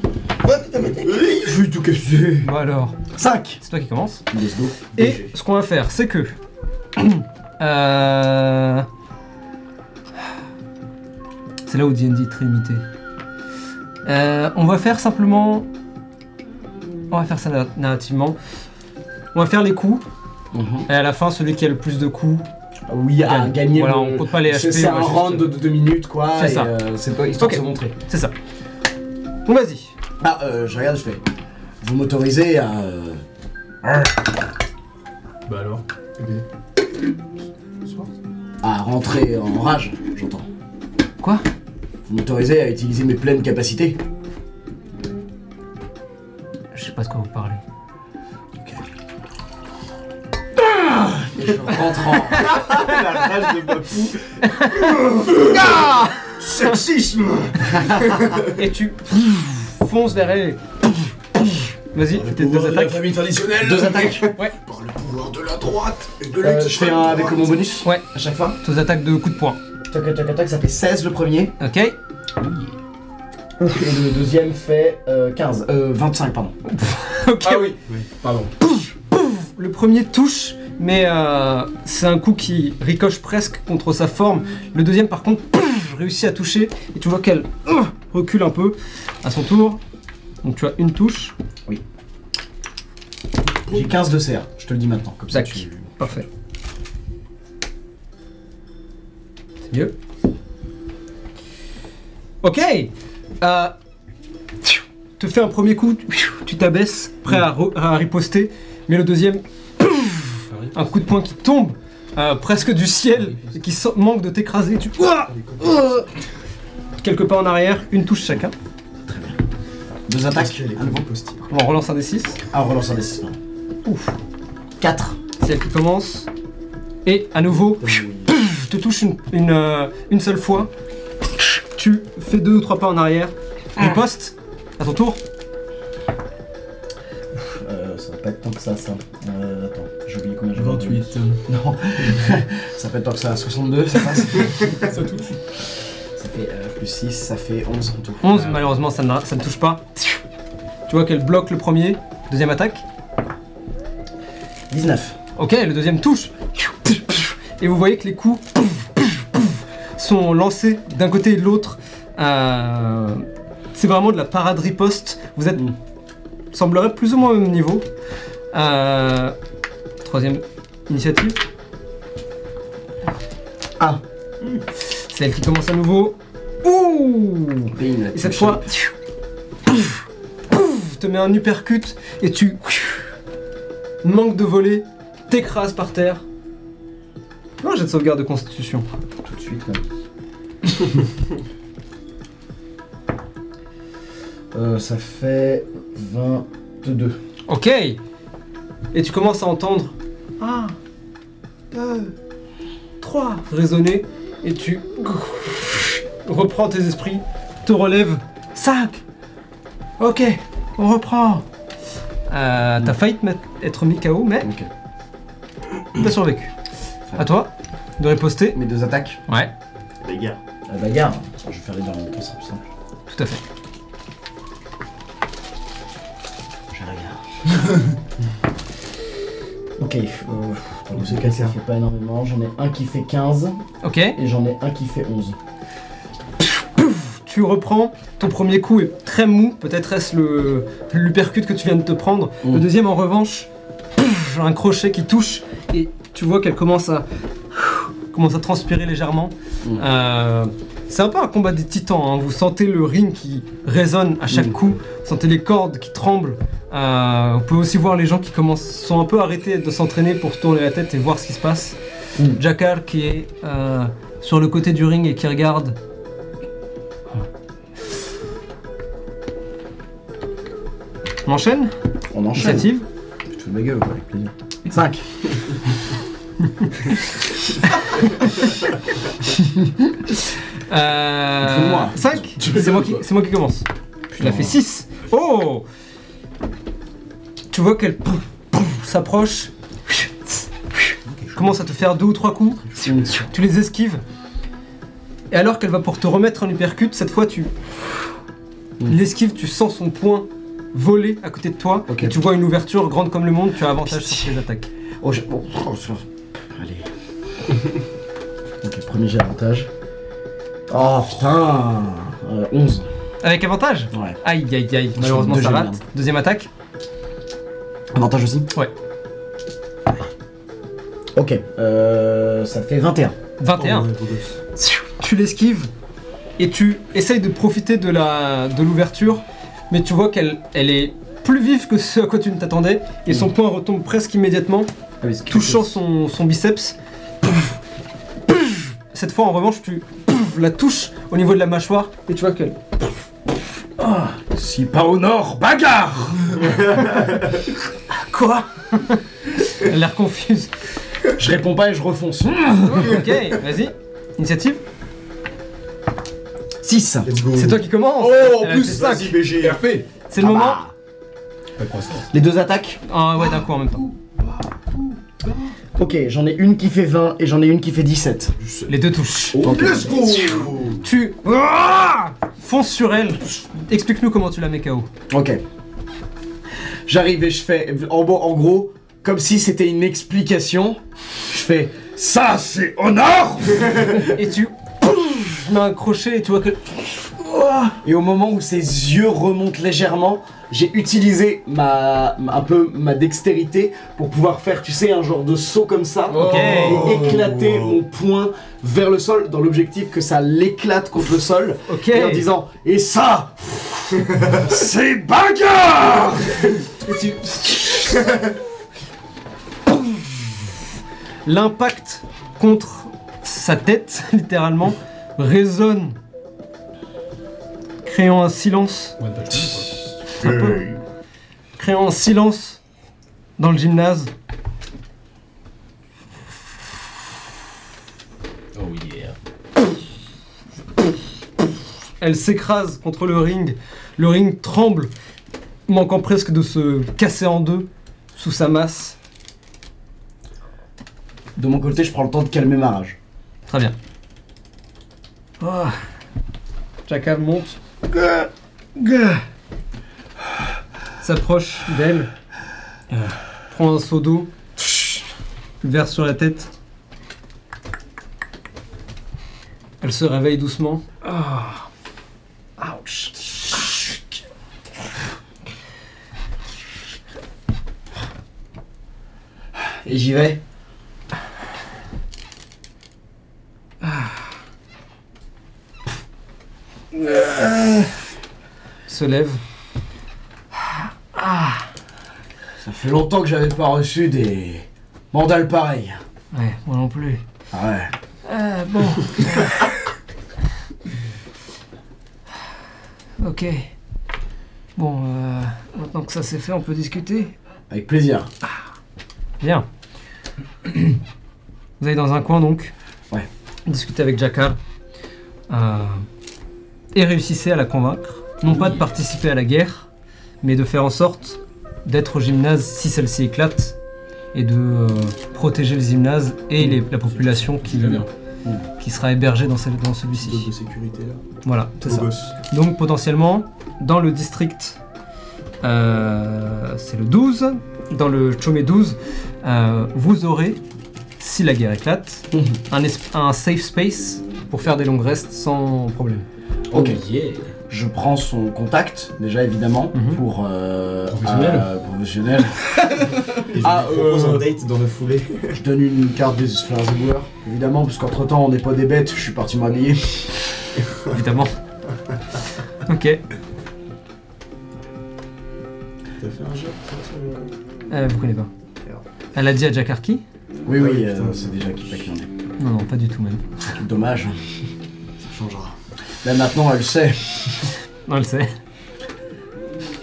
Speaker 5: Je suis tout cassé.
Speaker 1: Bon alors,
Speaker 5: 5
Speaker 1: c'est toi qui commence.
Speaker 5: Let's go.
Speaker 1: Et ce qu'on va faire, c'est que Euh, C'est là où D&D est très limité. Euh, on va faire simplement... On va faire ça na- narrativement. On va faire les coups. Et à la fin, celui qui a le plus de coups...
Speaker 5: Mhm. Oui, à
Speaker 1: gagne.
Speaker 5: Ah, gagner.
Speaker 1: Voilà,
Speaker 5: le-
Speaker 1: on compte pas les
Speaker 5: C'est
Speaker 1: HP.
Speaker 5: c'est
Speaker 1: on
Speaker 5: un
Speaker 1: va juste-
Speaker 5: round de 2 minutes, quoi.
Speaker 1: C'est
Speaker 5: et,
Speaker 1: ça.
Speaker 5: euh, c'est pas histoire
Speaker 1: Ok.
Speaker 5: de se montrer.
Speaker 1: C'est ça. Bon, vas-y.
Speaker 5: Ah, euh, je regarde, je fais. Vous m'autorisez à. euh,
Speaker 3: Bah alors
Speaker 5: à rentrer en rage, j'entends.
Speaker 1: Quoi
Speaker 5: Vous m'autorisez à utiliser mes pleines capacités
Speaker 1: Je sais pas de quoi vous parlez.
Speaker 5: Et je rentre en.
Speaker 3: La rage de Bapou
Speaker 5: Sexisme
Speaker 1: Et tu fonces vers elle. et- Vas-y, fais tes deux attaques.
Speaker 4: famille traditionnelle
Speaker 5: Deux attaques
Speaker 4: Par le pouvoir de la droite et de
Speaker 5: Euh, Je fais un avec mon bonus
Speaker 1: Ouais.
Speaker 5: À chaque fois
Speaker 1: Deux attaques de coups de poing.
Speaker 5: Tac, tac, tac, tac, ça fait 16 le premier.
Speaker 1: Ok
Speaker 5: Et le deuxième fait euh, 15. Euh, 25, pardon.
Speaker 1: Ok.
Speaker 4: Ah oui, pardon.
Speaker 1: Le premier touche, mais euh, c'est un coup qui ricoche presque contre sa forme. Le deuxième, par contre, pouf, réussit à toucher. Et tu vois qu'elle euh, recule un peu à son tour. Donc tu as une touche.
Speaker 5: J'ai 15 de CR, je te le dis maintenant. Comme ça,
Speaker 1: Tac.
Speaker 5: tu.
Speaker 1: Parfait. C'est mieux. Ok. Euh, te fais un premier coup, tu t'abaisses, prêt à, re- à riposter, mais le deuxième, un coup de poing qui tombe euh, presque du ciel et qui sa- manque de t'écraser. Tu Ouah Ouah quelques pas en arrière, une touche chacun.
Speaker 5: Deux attaques
Speaker 3: Elle est
Speaker 5: à nouveau.
Speaker 3: compostée.
Speaker 1: On relance un des 6
Speaker 5: Ah, on relance un des 6, pardon.
Speaker 1: Ouf.
Speaker 5: 4.
Speaker 1: C'est elle qui commence. Et à nouveau, je te touche une, une, euh, une seule fois. Tu fais deux ou trois pas en arrière. Riposte. À ton tour.
Speaker 5: Euh, ça va pas être tant que ça, ça. Euh, attends, j'ai oublié combien j'ai
Speaker 4: 28.
Speaker 5: Non, ça fait tant que ça, 62, ça passe.
Speaker 4: Ça touche.
Speaker 5: ça fait euh, plus 6, ça fait 11 en tout.
Speaker 1: 11, malheureusement, ça ne, ça ne touche pas. Tu vois qu'elle bloque le premier. Deuxième attaque.
Speaker 5: 19.
Speaker 1: Ok, le deuxième touche. Et vous voyez que les coups sont lancés d'un côté et de l'autre. Euh, c'est vraiment de la parade riposte. Vous êtes,
Speaker 5: Mm.
Speaker 1: semblerait plus ou moins au même niveau. Euh, troisième initiative. Ah,
Speaker 5: 1.
Speaker 1: C'est elle qui commence à nouveau. Ouh Et cette fois, pouf, pouf, te mets un uppercut et tu manque de voler, t'écrases par terre. Non, j'ai de sauvegarde de constitution.
Speaker 5: Tout de suite, même. Euh, ça fait 22.
Speaker 1: Ok. Et tu commences à entendre 1, 2, 3 résonner et tu reprends tes esprits, te relèves. 5 Ok, on reprend. Euh, T'as failli te mettre- être mis KO, mais
Speaker 5: Ok.
Speaker 1: t'as survécu. À toi de riposter.
Speaker 5: Mes deux attaques.
Speaker 1: Ouais,
Speaker 3: Les gars,
Speaker 5: La bagarre. Ah bah, Je vais faire les deux en même temps, c'est plus simple.
Speaker 1: tout à fait.
Speaker 5: Je regarde. ok. Euh, dans ces cas, ça fait pas énormément. J'en ai un qui fait 15
Speaker 1: Ok.
Speaker 5: et j'en ai un qui fait 11.
Speaker 1: Tu reprends, ton premier coup est très mou, peut-être est-ce le l'uppercut que tu viens de te prendre.
Speaker 5: Mm.
Speaker 1: Le deuxième en revanche, pouf, un crochet qui touche et tu vois qu'elle commence à commence à transpirer légèrement.
Speaker 5: Mm.
Speaker 1: Euh, c'est un peu un combat des titans, hein. vous sentez le ring qui résonne à chaque
Speaker 5: Mm.
Speaker 1: coup, vous sentez les cordes qui tremblent. Euh, vous pouvez aussi voir les gens qui commencent, sont un peu arrêtés de s'entraîner pour tourner la tête et voir ce qui se passe.
Speaker 5: Mm.
Speaker 1: Jakar qui est euh, sur le côté du ring et qui regarde On enchaîne
Speaker 5: On enchaîne.
Speaker 1: Initiative
Speaker 5: Je te fous de ma gueule, quoi, avec plaisir. 5. C'est moi.
Speaker 1: 5
Speaker 4: Tu- tu
Speaker 1: Euh, C'est moi,
Speaker 4: rigoles,
Speaker 1: qui-
Speaker 4: toi.
Speaker 1: c'est moi qui commence. Je l'ai fait 6. Oh Tu vois qu'elle pouf, pouf, s'approche. Commence à te faire deux ou trois coups. Tu les esquives. Et alors qu'elle va pour te remettre un uppercut, cette fois tu l'esquives, tu sens son poing voler à côté de toi.
Speaker 5: Ok.
Speaker 1: Et tu vois une ouverture grande comme le monde, tu as avantage sur tes attaques.
Speaker 5: Oh, je... oh, oh, je- Allez. Ok, premier jet d'avantage. Oh putain Euh, 11.
Speaker 1: Avec avantage
Speaker 5: Ouais.
Speaker 1: Aïe aïe aïe, malheureusement
Speaker 5: deux
Speaker 1: ça
Speaker 5: jets de
Speaker 1: rate.
Speaker 5: merde.
Speaker 1: Deuxième attaque
Speaker 5: Avantage aussi
Speaker 1: Ouais.
Speaker 5: Ok, euh, ça fait 21.
Speaker 1: 21. Tu l'esquives et tu essayes de profiter de la de l'ouverture, mais tu vois qu'elle elle est plus vive que ce à quoi tu ne t'attendais et son poing retombe presque immédiatement,
Speaker 5: Ah,
Speaker 1: touchant son, son biceps. Pouf. Pouf. Cette fois en revanche tu pouf, la touches au niveau de la mâchoire et tu vois qu'elle
Speaker 5: Si pas au nord, bagarre
Speaker 1: quoi Elle a l'air confuse.
Speaker 5: Je réponds pas et je refonce.
Speaker 1: ok, vas-y. Initiative
Speaker 5: 6.
Speaker 3: Let's go.
Speaker 1: C'est Ah toi qui commence
Speaker 3: Oh, en
Speaker 1: Elle a
Speaker 3: plus,
Speaker 1: fait cinq.
Speaker 3: vas-y, BG.
Speaker 4: RP
Speaker 1: C'est le moment
Speaker 4: Pas de croissance.
Speaker 5: Ah bah. Les deux attaques
Speaker 1: Ah ouais, d'un coup en même temps.
Speaker 5: Ok, j'en ai une qui fait 20 et j'en ai une qui fait 17.
Speaker 1: Les deux touches.
Speaker 3: Oh,
Speaker 5: Ok.
Speaker 3: Let's go.
Speaker 1: Tu Ah fonces sur elle. Explique-nous comment tu la mets KO.
Speaker 5: Ok. J'arrive et je fais. En, bon- en gros, comme si c'était une explication, je fais. Ça, c'est au nord
Speaker 1: Et tu pouf, mets un crochet et tu vois que
Speaker 5: Et au moment où ses yeux remontent légèrement, j'ai utilisé ma, un peu ma dextérité pour pouvoir faire, tu sais, un genre de saut comme ça.
Speaker 1: Ok. Oh.
Speaker 5: Et éclater mon poing vers le sol dans l'objectif que ça l'éclate contre le sol.
Speaker 1: ok.
Speaker 5: Et en disant, et ça, c'est bagarre
Speaker 1: Et tu- L'impact contre sa tête, littéralement, résonne, créant un silence
Speaker 4: One touch.
Speaker 1: créant un silence dans le gymnase.
Speaker 4: Oh yeah.
Speaker 1: Elle s'écrase contre le ring. Le ring tremble, manquant presque de se casser en deux sous sa masse.
Speaker 5: De mon côté, je prends le temps de calmer ma rage.
Speaker 1: Très bien. Ah. Chaka monte. S'approche d'elle. Euh, Prend un seau d'eau. le Verse sur la tête. Elle se réveille doucement. Ouch.
Speaker 5: Et j'y vais.
Speaker 1: Se lève.
Speaker 5: Ça fait longtemps que j'avais pas reçu des mandales pareilles.
Speaker 1: Ouais, moi non plus.
Speaker 5: Ah ouais.
Speaker 1: Ah bon. ok. Bon, euh, maintenant que ça c'est fait, on peut discuter.
Speaker 5: Avec plaisir.
Speaker 1: Bien. Vous allez dans un coin donc.
Speaker 5: Ouais.
Speaker 1: Discuter avec Jakar. Euh, et réussissez à la convaincre. Non pas de participer à la guerre, mais de faire en sorte d'être au gymnase si celle-ci éclate. Et de euh, protéger le gymnase et les- la population qui,
Speaker 4: Très bien.
Speaker 1: qui sera hébergé dans, celle- dans
Speaker 3: Zone de
Speaker 1: celui-ci.
Speaker 3: sécurité là.
Speaker 1: Voilà, c'est
Speaker 3: Beau
Speaker 1: ça.
Speaker 3: gosse.
Speaker 1: Donc potentiellement, dans le district, euh, c'est le 12, dans le Chomé 12, euh, vous aurez, si la guerre éclate,
Speaker 5: Mhm.
Speaker 1: un, es- un safe space pour faire des longues restes sans problème.
Speaker 5: Ok.
Speaker 4: Oh yeah.
Speaker 5: Je prends son contact, déjà évidemment,
Speaker 1: Mhm.
Speaker 5: pour. euh,
Speaker 4: Professionnel.
Speaker 5: euh, professionnel.
Speaker 3: Et je
Speaker 5: Ah,
Speaker 3: lui propose
Speaker 5: euh,
Speaker 3: un date dans la foulée.
Speaker 5: je donne une carte des Flowers Éboueurs, évidemment, parce qu'entre temps, on n'est pas des bêtes, je suis parti m'habiller.
Speaker 1: Évidemment. ok,
Speaker 3: T'as fait un jeu ça, sur le-
Speaker 1: euh, vous connaissez pas. Elle a dit à Jakarki
Speaker 5: Oui, oui,
Speaker 3: Ah,
Speaker 5: euh,
Speaker 3: putain.
Speaker 5: c'est déjà qui est.
Speaker 1: Non, non, pas du tout même.
Speaker 5: Dommage.
Speaker 3: Ça changera.
Speaker 5: Là maintenant, elle sait.
Speaker 1: Non, elle sait.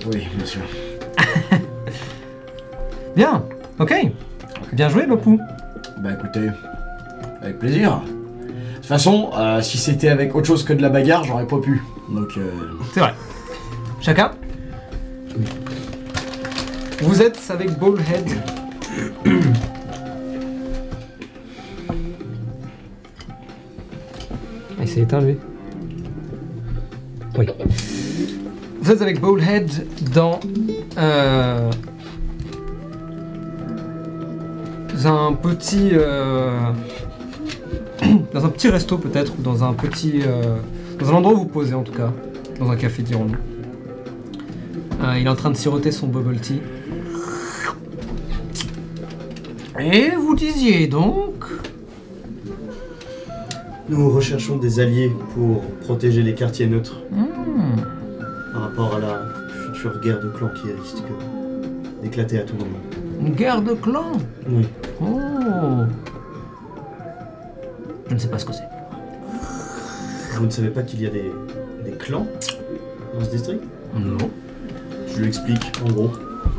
Speaker 5: Oui, bien sûr.
Speaker 1: Bien, ok. Bien joué, Lopou.
Speaker 5: Bah écoutez, avec plaisir. De toute façon, euh, si c'était avec autre chose que de la bagarre, j'aurais pas pu. Donc, euh,
Speaker 1: C'est vrai. Chacun Vous êtes avec Ballhead. Ah, Il s'est éteint lui Oui. Vous êtes avec Ballhead dans euh, un petit euh, dans un petit resto peut-être, ou dans un petit... euh, dans un endroit où vous posez en tout cas, dans un café dirons-nous. Euh, il est en train de siroter son bubble tea. Et vous disiez donc...
Speaker 3: Nous recherchons des alliés pour protéger les quartiers neutres
Speaker 1: Hmm.
Speaker 3: par rapport à la future guerre de clans qui risque d'éclater à tout moment.
Speaker 1: Une guerre de clans
Speaker 3: Oui.
Speaker 1: Oh Je ne sais pas ce que c'est.
Speaker 3: Vous ne savez pas qu'il y a des, des clans dans ce district
Speaker 1: Non. Hmm.
Speaker 3: Je lui explique, en gros.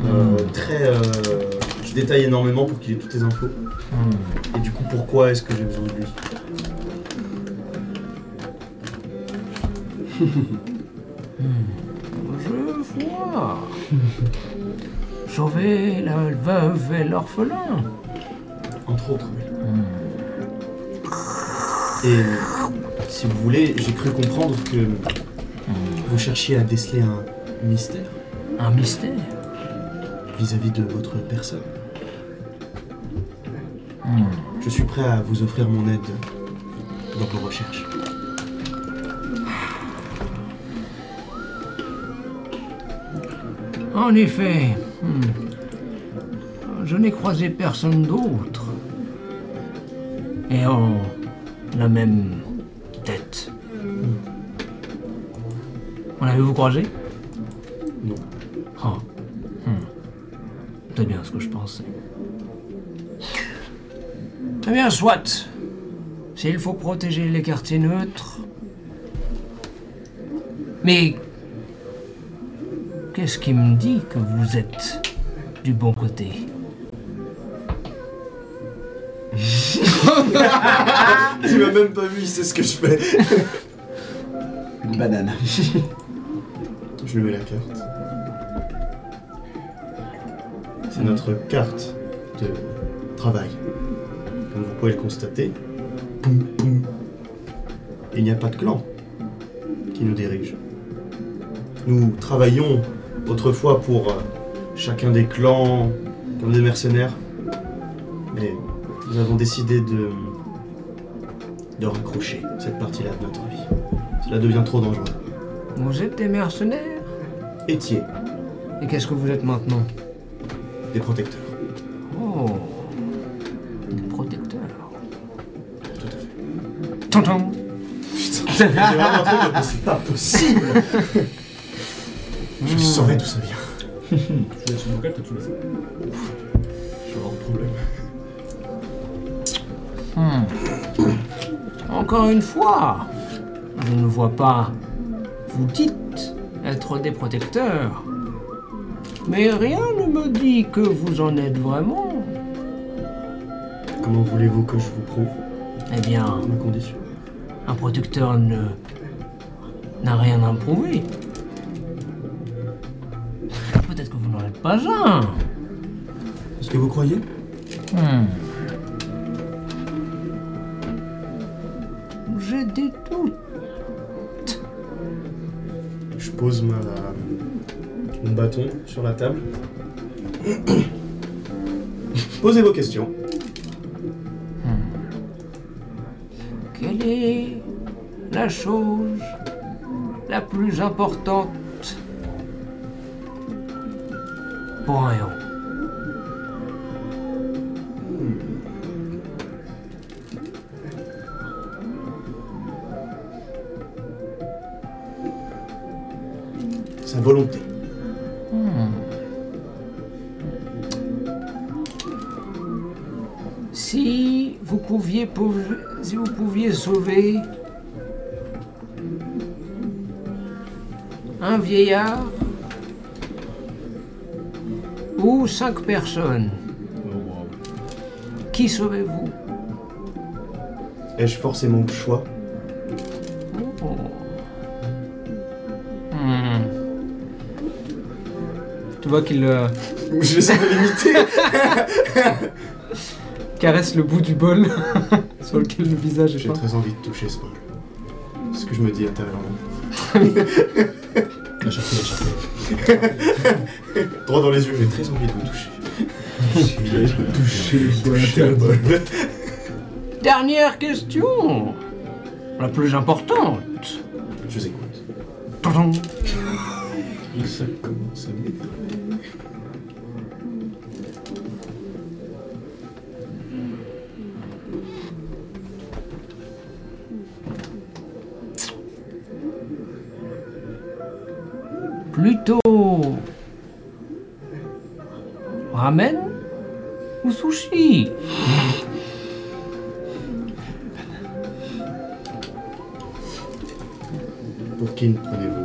Speaker 3: Euh, très. euh, je détaille énormément pour qu'il ait toutes les infos.
Speaker 1: Hmm.
Speaker 3: Et du coup, pourquoi est-ce que j'ai besoin de lui
Speaker 1: Je vois. Sauver la veuve et l'orphelin. Hmm.
Speaker 3: Entre autres. Et si vous voulez, j'ai cru comprendre que vous cherchiez à déceler un mystère
Speaker 1: Hmm. Un mystère.
Speaker 3: vis-à-vis de votre personne.
Speaker 1: Hmm.
Speaker 3: Je suis prêt à vous offrir mon aide dans vos recherches.
Speaker 1: En effet. hmm, Je n'ai croisé personne d'autre. Et en la même tête. Hmm. On avait vous croisé
Speaker 3: Non.
Speaker 1: Oh. Hmm. C'est bien ce que je pensais. Eh bien, soit. S'il faut protéger les quartiers neutres. Mais. Qu'est-ce qui me dit que vous êtes du bon côté
Speaker 3: Tu m'as même pas vu, il sait ce que je fais.
Speaker 5: Une banane.
Speaker 3: Je lui mets la carte. C'est notre carte de travail. Comme vous pouvez le constater, poum, poum, il n'y a pas de clan qui nous dirige. Nous travaillons autrefois pour euh, chacun des clans comme des mercenaires, mais nous avons décidé de, de raccrocher cette partie-là de notre vie. Cela devient trop dangereux.
Speaker 1: Vous êtes des mercenaires
Speaker 3: Étiez
Speaker 1: Et qu'est-ce que vous êtes maintenant
Speaker 3: des protecteurs.
Speaker 1: Oh. Des protecteurs.
Speaker 3: Tout à fait.
Speaker 1: Tonton
Speaker 3: C'est vraiment un truc de- mais c'est pas possible Je saurais d'où ça vient.
Speaker 4: Tu lâches une locale, t'as tout laissé.
Speaker 3: Je vais avoir des problèmes.
Speaker 1: Encore une fois, je ne vois pas. Vous dites être des protecteurs. Mais rien ne me dit que vous en êtes vraiment.
Speaker 3: Comment voulez-vous que je vous prouve
Speaker 1: Eh bien,
Speaker 3: ma condition
Speaker 1: un protecteur ne. n'a rien à prouver. Peut-être que vous n'en êtes pas un.
Speaker 3: Est-ce que vous croyez
Speaker 1: J'ai des doutes.
Speaker 3: Je pose ma... mon bâton sur la table. Posez vos questions.
Speaker 1: Quelle est la chose la plus importante pour un héros
Speaker 3: Sa volonté.
Speaker 1: Si vous pouviez pauv- si vous pouviez sauver un vieillard ou cinq personnes,
Speaker 4: Oh, wow.
Speaker 1: qui sauvez-vous
Speaker 3: Ai-je forcément le choix
Speaker 1: Oh. Hmm. Tu vois qu'il euh,
Speaker 3: Je essaie de l'imiter
Speaker 1: caresse le bout du bol sur lequel le visage est
Speaker 3: J'ai
Speaker 1: peint.
Speaker 3: très envie de toucher ce bol. C'est ce que je me dis intérieurement.
Speaker 4: Lâche-le, lâche-le.
Speaker 3: Droit dans les yeux, j'ai très envie de vous toucher.
Speaker 2: Touché,
Speaker 3: Toucher le bol.
Speaker 5: Dernière question. La plus importante.
Speaker 3: Je vous écoute.
Speaker 4: Et ça commence à m'énerver.
Speaker 5: Plutôt. Ramen ou sushi
Speaker 3: Pour qui ne prenez-vous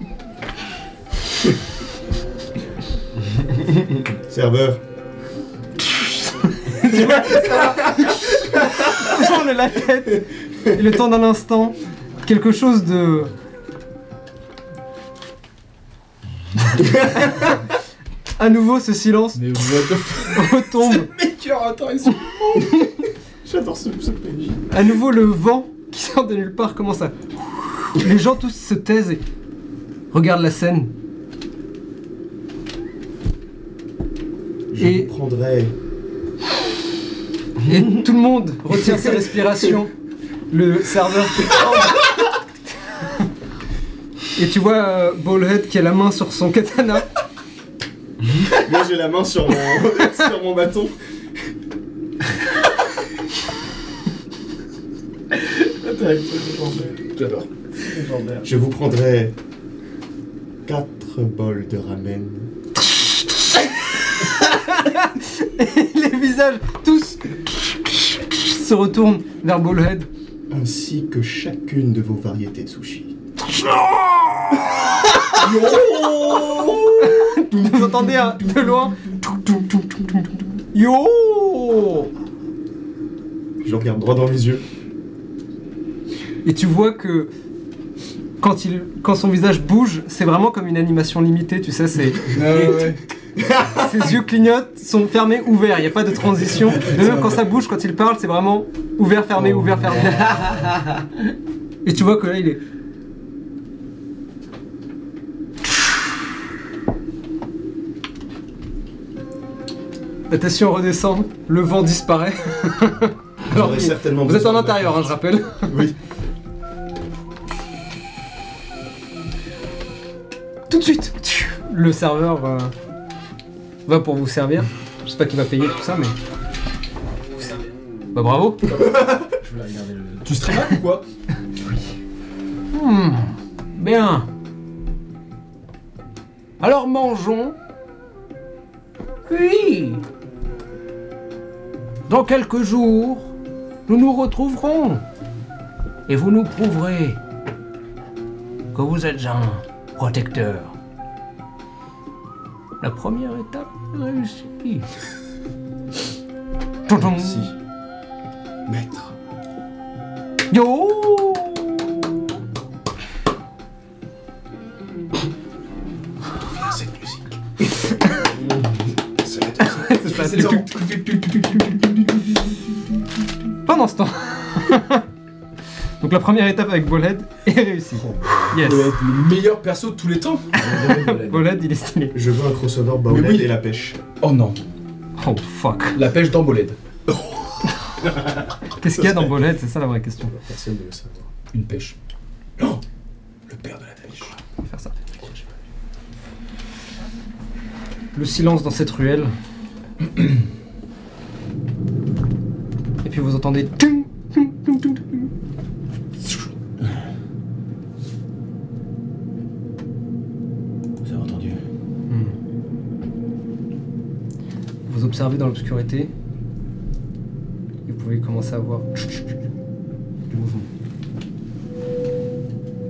Speaker 3: Serveur,
Speaker 1: tourne la tête. Et le temps d'un instant, quelque chose de. à nouveau, ce silence
Speaker 4: Mais what the fuck
Speaker 1: retombe.
Speaker 3: j'adore ce, ce PNJ.
Speaker 1: À nouveau, le vent qui sort de nulle part commence à. Les gens tous se taisent et regardent la scène.
Speaker 3: Je
Speaker 1: Et-
Speaker 3: vous prendrai.
Speaker 1: Et tout le monde retient ses respirations. Le serveur qui tremble. Et tu vois euh, Ballhead qui a la main sur son katana.
Speaker 3: Moi j'ai la main sur mon, sur mon bâton.
Speaker 4: J'adore.
Speaker 3: Je vous prendrai 4 bols de ramen.
Speaker 1: Les visages tous se retournent vers Ballhead.
Speaker 3: Ainsi que chacune de vos variétés de sushis.
Speaker 1: Vous entendez hein, de loin Yo
Speaker 3: Je le regarde droit dans les yeux.
Speaker 1: Et tu vois que quand, il, quand son visage bouge, c'est vraiment comme une animation limitée, tu sais, c'est ses yeux clignotent, sont fermés, ouverts, il n'y a pas de transition. Et même quand ça bouge, quand il parle, c'est vraiment ouvert, fermé, ouvert, fermé. Et tu vois que là, il est... La tension redescend, le vent disparaît. Alors,
Speaker 3: J'aurais certainement
Speaker 1: vous êtes
Speaker 3: besoin
Speaker 1: en
Speaker 3: de-
Speaker 1: intérieur, hein, je rappelle.
Speaker 3: Oui.
Speaker 1: Tout de suite, le serveur euh, va pour vous servir. Je sais pas qui va payer tout ça, mais. Bah bravo.
Speaker 4: Je voulais regarder le. Tu streamas ou quoi
Speaker 5: Hmm, Bien. Alors mangeons. Puis, dans quelques jours, nous nous retrouverons. Et vous nous prouverez que vous êtes un protecteur. La première étape est réussie. Tonton.
Speaker 1: hein,
Speaker 3: Si. Maître.
Speaker 5: Yo
Speaker 3: Cette musique.
Speaker 1: C'est ça, tu- Pendant ce temps. Donc la première étape avec Bolhead est réussie. Yes.
Speaker 4: Vous êtes le meilleur perso de tous les temps
Speaker 1: Bolhead, il est stylé.
Speaker 3: Je veux un crossover Baoulette
Speaker 4: Mais oui.
Speaker 3: et la pêche.
Speaker 4: Oh non,
Speaker 1: Oh fuck.
Speaker 4: la pêche d'Amboled.
Speaker 1: Qu'est-ce qu'il y a dans Bolhead C'est ça la vraie question.
Speaker 3: Personne ne le savoir.
Speaker 4: Une pêche. Non Le père de la pêche.
Speaker 1: On va faire ça. Le silence dans cette ruelle. Et puis vous entendez. Tung, tung, tung, tung, tung.
Speaker 5: Vous avez entendu
Speaker 1: Vous observez dans l'obscurité. Et vous pouvez commencer à voir du mouvement.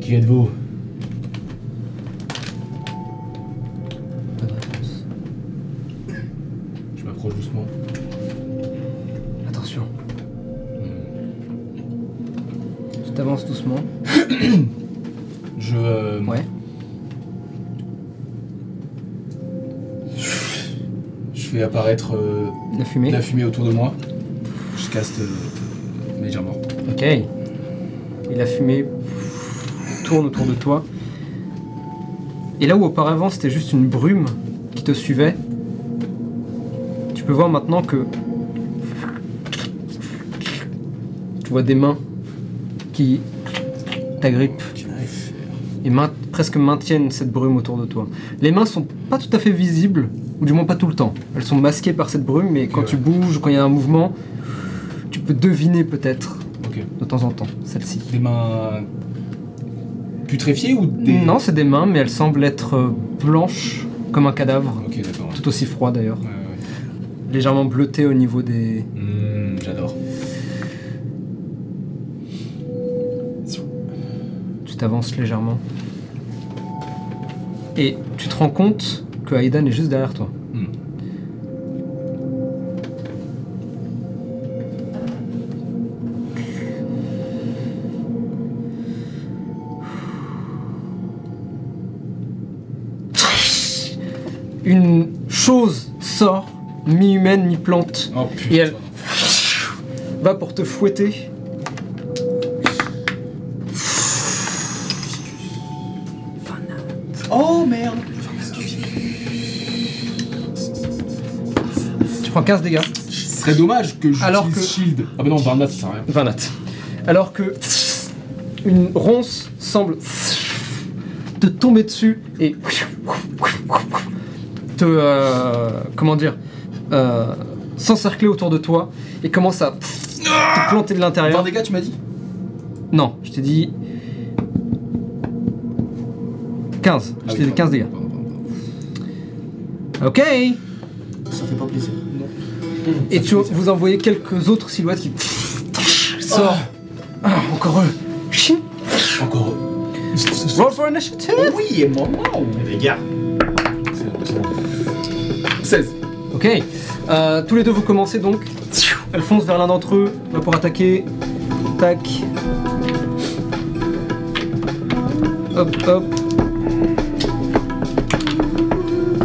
Speaker 5: Qui êtes-vous
Speaker 1: Pas de réponse.
Speaker 4: Je m'approche doucement.
Speaker 1: Attention. Tu t'avances doucement.
Speaker 4: Je. euh,
Speaker 1: Ouais.
Speaker 4: Je fais apparaître euh,
Speaker 1: La
Speaker 4: de
Speaker 1: fumée.
Speaker 4: la fumée autour de moi. Je caste euh, Major Mort.
Speaker 1: Ok. Et la fumée tourne autour de toi. Et là où auparavant c'était juste une brume qui te suivait, tu peux voir maintenant que Tu vois des mains qui t'agrippent et main- presque maintiennent cette brume autour de toi. Les mains sont pas tout à fait visibles, ou du moins pas tout le temps. Elles sont masquées par cette brume, mais quand tu bouges, quand il y a un mouvement, tu peux deviner peut-être
Speaker 6: Ok.
Speaker 1: de temps en temps celle-ci.
Speaker 6: Des mains putréfiées ou des.
Speaker 1: Non, c'est des mains, mais elles semblent être euh, blanches comme un cadavre,
Speaker 6: Ok, d'accord.
Speaker 1: tout aussi froid d'ailleurs,
Speaker 6: Ouais, ouais, ouais.
Speaker 1: légèrement bleutées au niveau des.
Speaker 6: Hmm, J'adore.
Speaker 1: Tu t'avances légèrement et tu te rends compte que Aidan est juste derrière toi.
Speaker 6: Hmm.
Speaker 1: Une chose sort, mi-humaine, mi-plante,
Speaker 6: Oh putain.
Speaker 1: Et elle va pour te fouetter.
Speaker 6: Oh merde
Speaker 1: Tu prends 15 dégâts.
Speaker 6: Ce serait dommage que
Speaker 1: Alors
Speaker 6: j'utilise
Speaker 1: que-
Speaker 6: Shield. Ah bah non, 29, ça sert à rien.
Speaker 1: 20 nattes. Alors que une ronce semble te tomber dessus et te euh, comment dire euh, s'encercler autour de toi et commence à te planter de l'intérieur.
Speaker 6: 20 dégâts, tu m'as dit Ah
Speaker 1: Non, je t'ai dit 15.
Speaker 6: Ah
Speaker 1: Je
Speaker 6: oui,
Speaker 1: t'ai dit
Speaker 6: pardon,
Speaker 1: 15 dégâts.
Speaker 6: pardon, pardon, pardon.
Speaker 1: Ok.
Speaker 3: Ça fait pas plaisir.
Speaker 1: Et tu, vous envoyez quelques autres silhouettes qui sortent. Ah, encore eux. Chut.
Speaker 6: Encore eux.
Speaker 1: Roll for initiative.
Speaker 6: Oui, et moi, waouh
Speaker 3: Les gars,
Speaker 6: 16.
Speaker 1: Ok. Euh, tous les deux vous commencez donc. Elle fonce vers l'un d'entre eux. Va pour attaquer. Tac. Hop hop.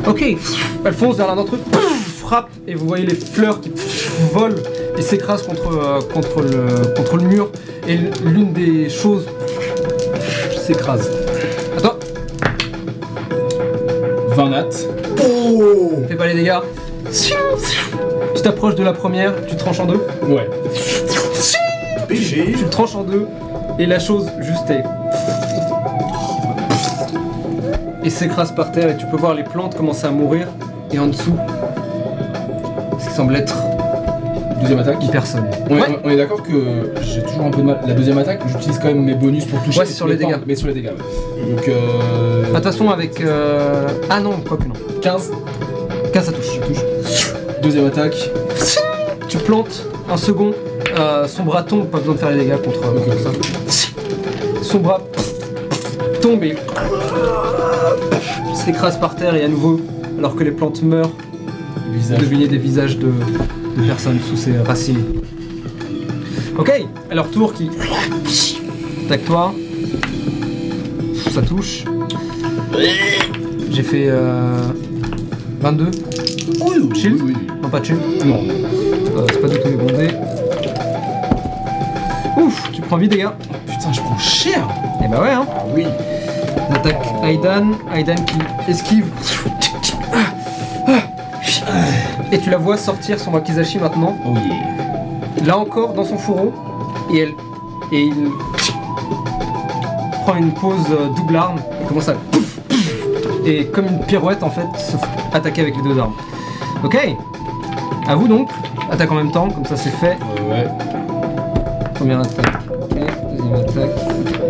Speaker 1: Ok. Elle fonce vers l'un d'entre eux. Pouf, frappe et vous voyez les fleurs qui volent et s'écrasent contre, euh, contre, le, contre le mur. Et l'une des choses s'écrase. Attends,
Speaker 6: 20 nattes.
Speaker 1: fais pas les dégâts. Tu t'approches de la première, tu tranches en deux.
Speaker 6: Ouais.
Speaker 3: péché
Speaker 1: Tu le tranches en deux et la chose juste est. Et s'écrase par terre et tu peux voir les plantes commencer à mourir et en dessous, ce qui semble être
Speaker 6: Deuxième attaque.
Speaker 1: une personne.
Speaker 6: On est, on est d'accord que j'ai toujours un peu de mal. La deuxième attaque, j'utilise quand même mes bonus pour toucher.
Speaker 1: Ouais, c'est sur
Speaker 6: mais
Speaker 1: les
Speaker 6: pas-
Speaker 1: dégâts. Mm.
Speaker 6: Mais sur les dégâts, ouais. Donc euh.
Speaker 1: Attention avec. euh, Ah non, quoi que non.
Speaker 6: 15.
Speaker 1: 15 ça touche.
Speaker 6: Deuxième attaque.
Speaker 1: Tu plantes un second, euh, son bras tombe, pas besoin de faire les dégâts contre, euh,
Speaker 6: Ok,
Speaker 1: contre ça. Son bras tombe et s'écrase par terre et à nouveau, alors que les plantes meurent,
Speaker 6: Visage.
Speaker 1: deviner des visages de, de personnes sous ses racines. Ok, alors tour qui. Tac toi. Ça touche. J'ai fait euh, 22.
Speaker 6: Oui, oui,
Speaker 1: Shield
Speaker 6: oui, oui.
Speaker 1: Non, pas de shield.
Speaker 6: Ah Non, non.
Speaker 1: Euh, c'est pas du tout les bondés. Ouf, tu prends 8 dégâts.
Speaker 6: Putain, je prends cher.
Speaker 1: Et bah ouais, hein.
Speaker 6: Ah oui.
Speaker 1: On attaque Aidan. Aidan qui esquive. Et tu la vois sortir son Wakizashi maintenant.
Speaker 6: Oh yeah.
Speaker 1: là encore dans son fourreau et elle et il prend une pause euh, double arme et commence à pouf, pouf, et comme une pirouette en fait se f- attaquer avec les deux armes. Ok, à vous donc, attaque en même temps, comme ça c'est fait.
Speaker 6: Euh, ouais.
Speaker 1: Première attaque, ok, deuxième attaque.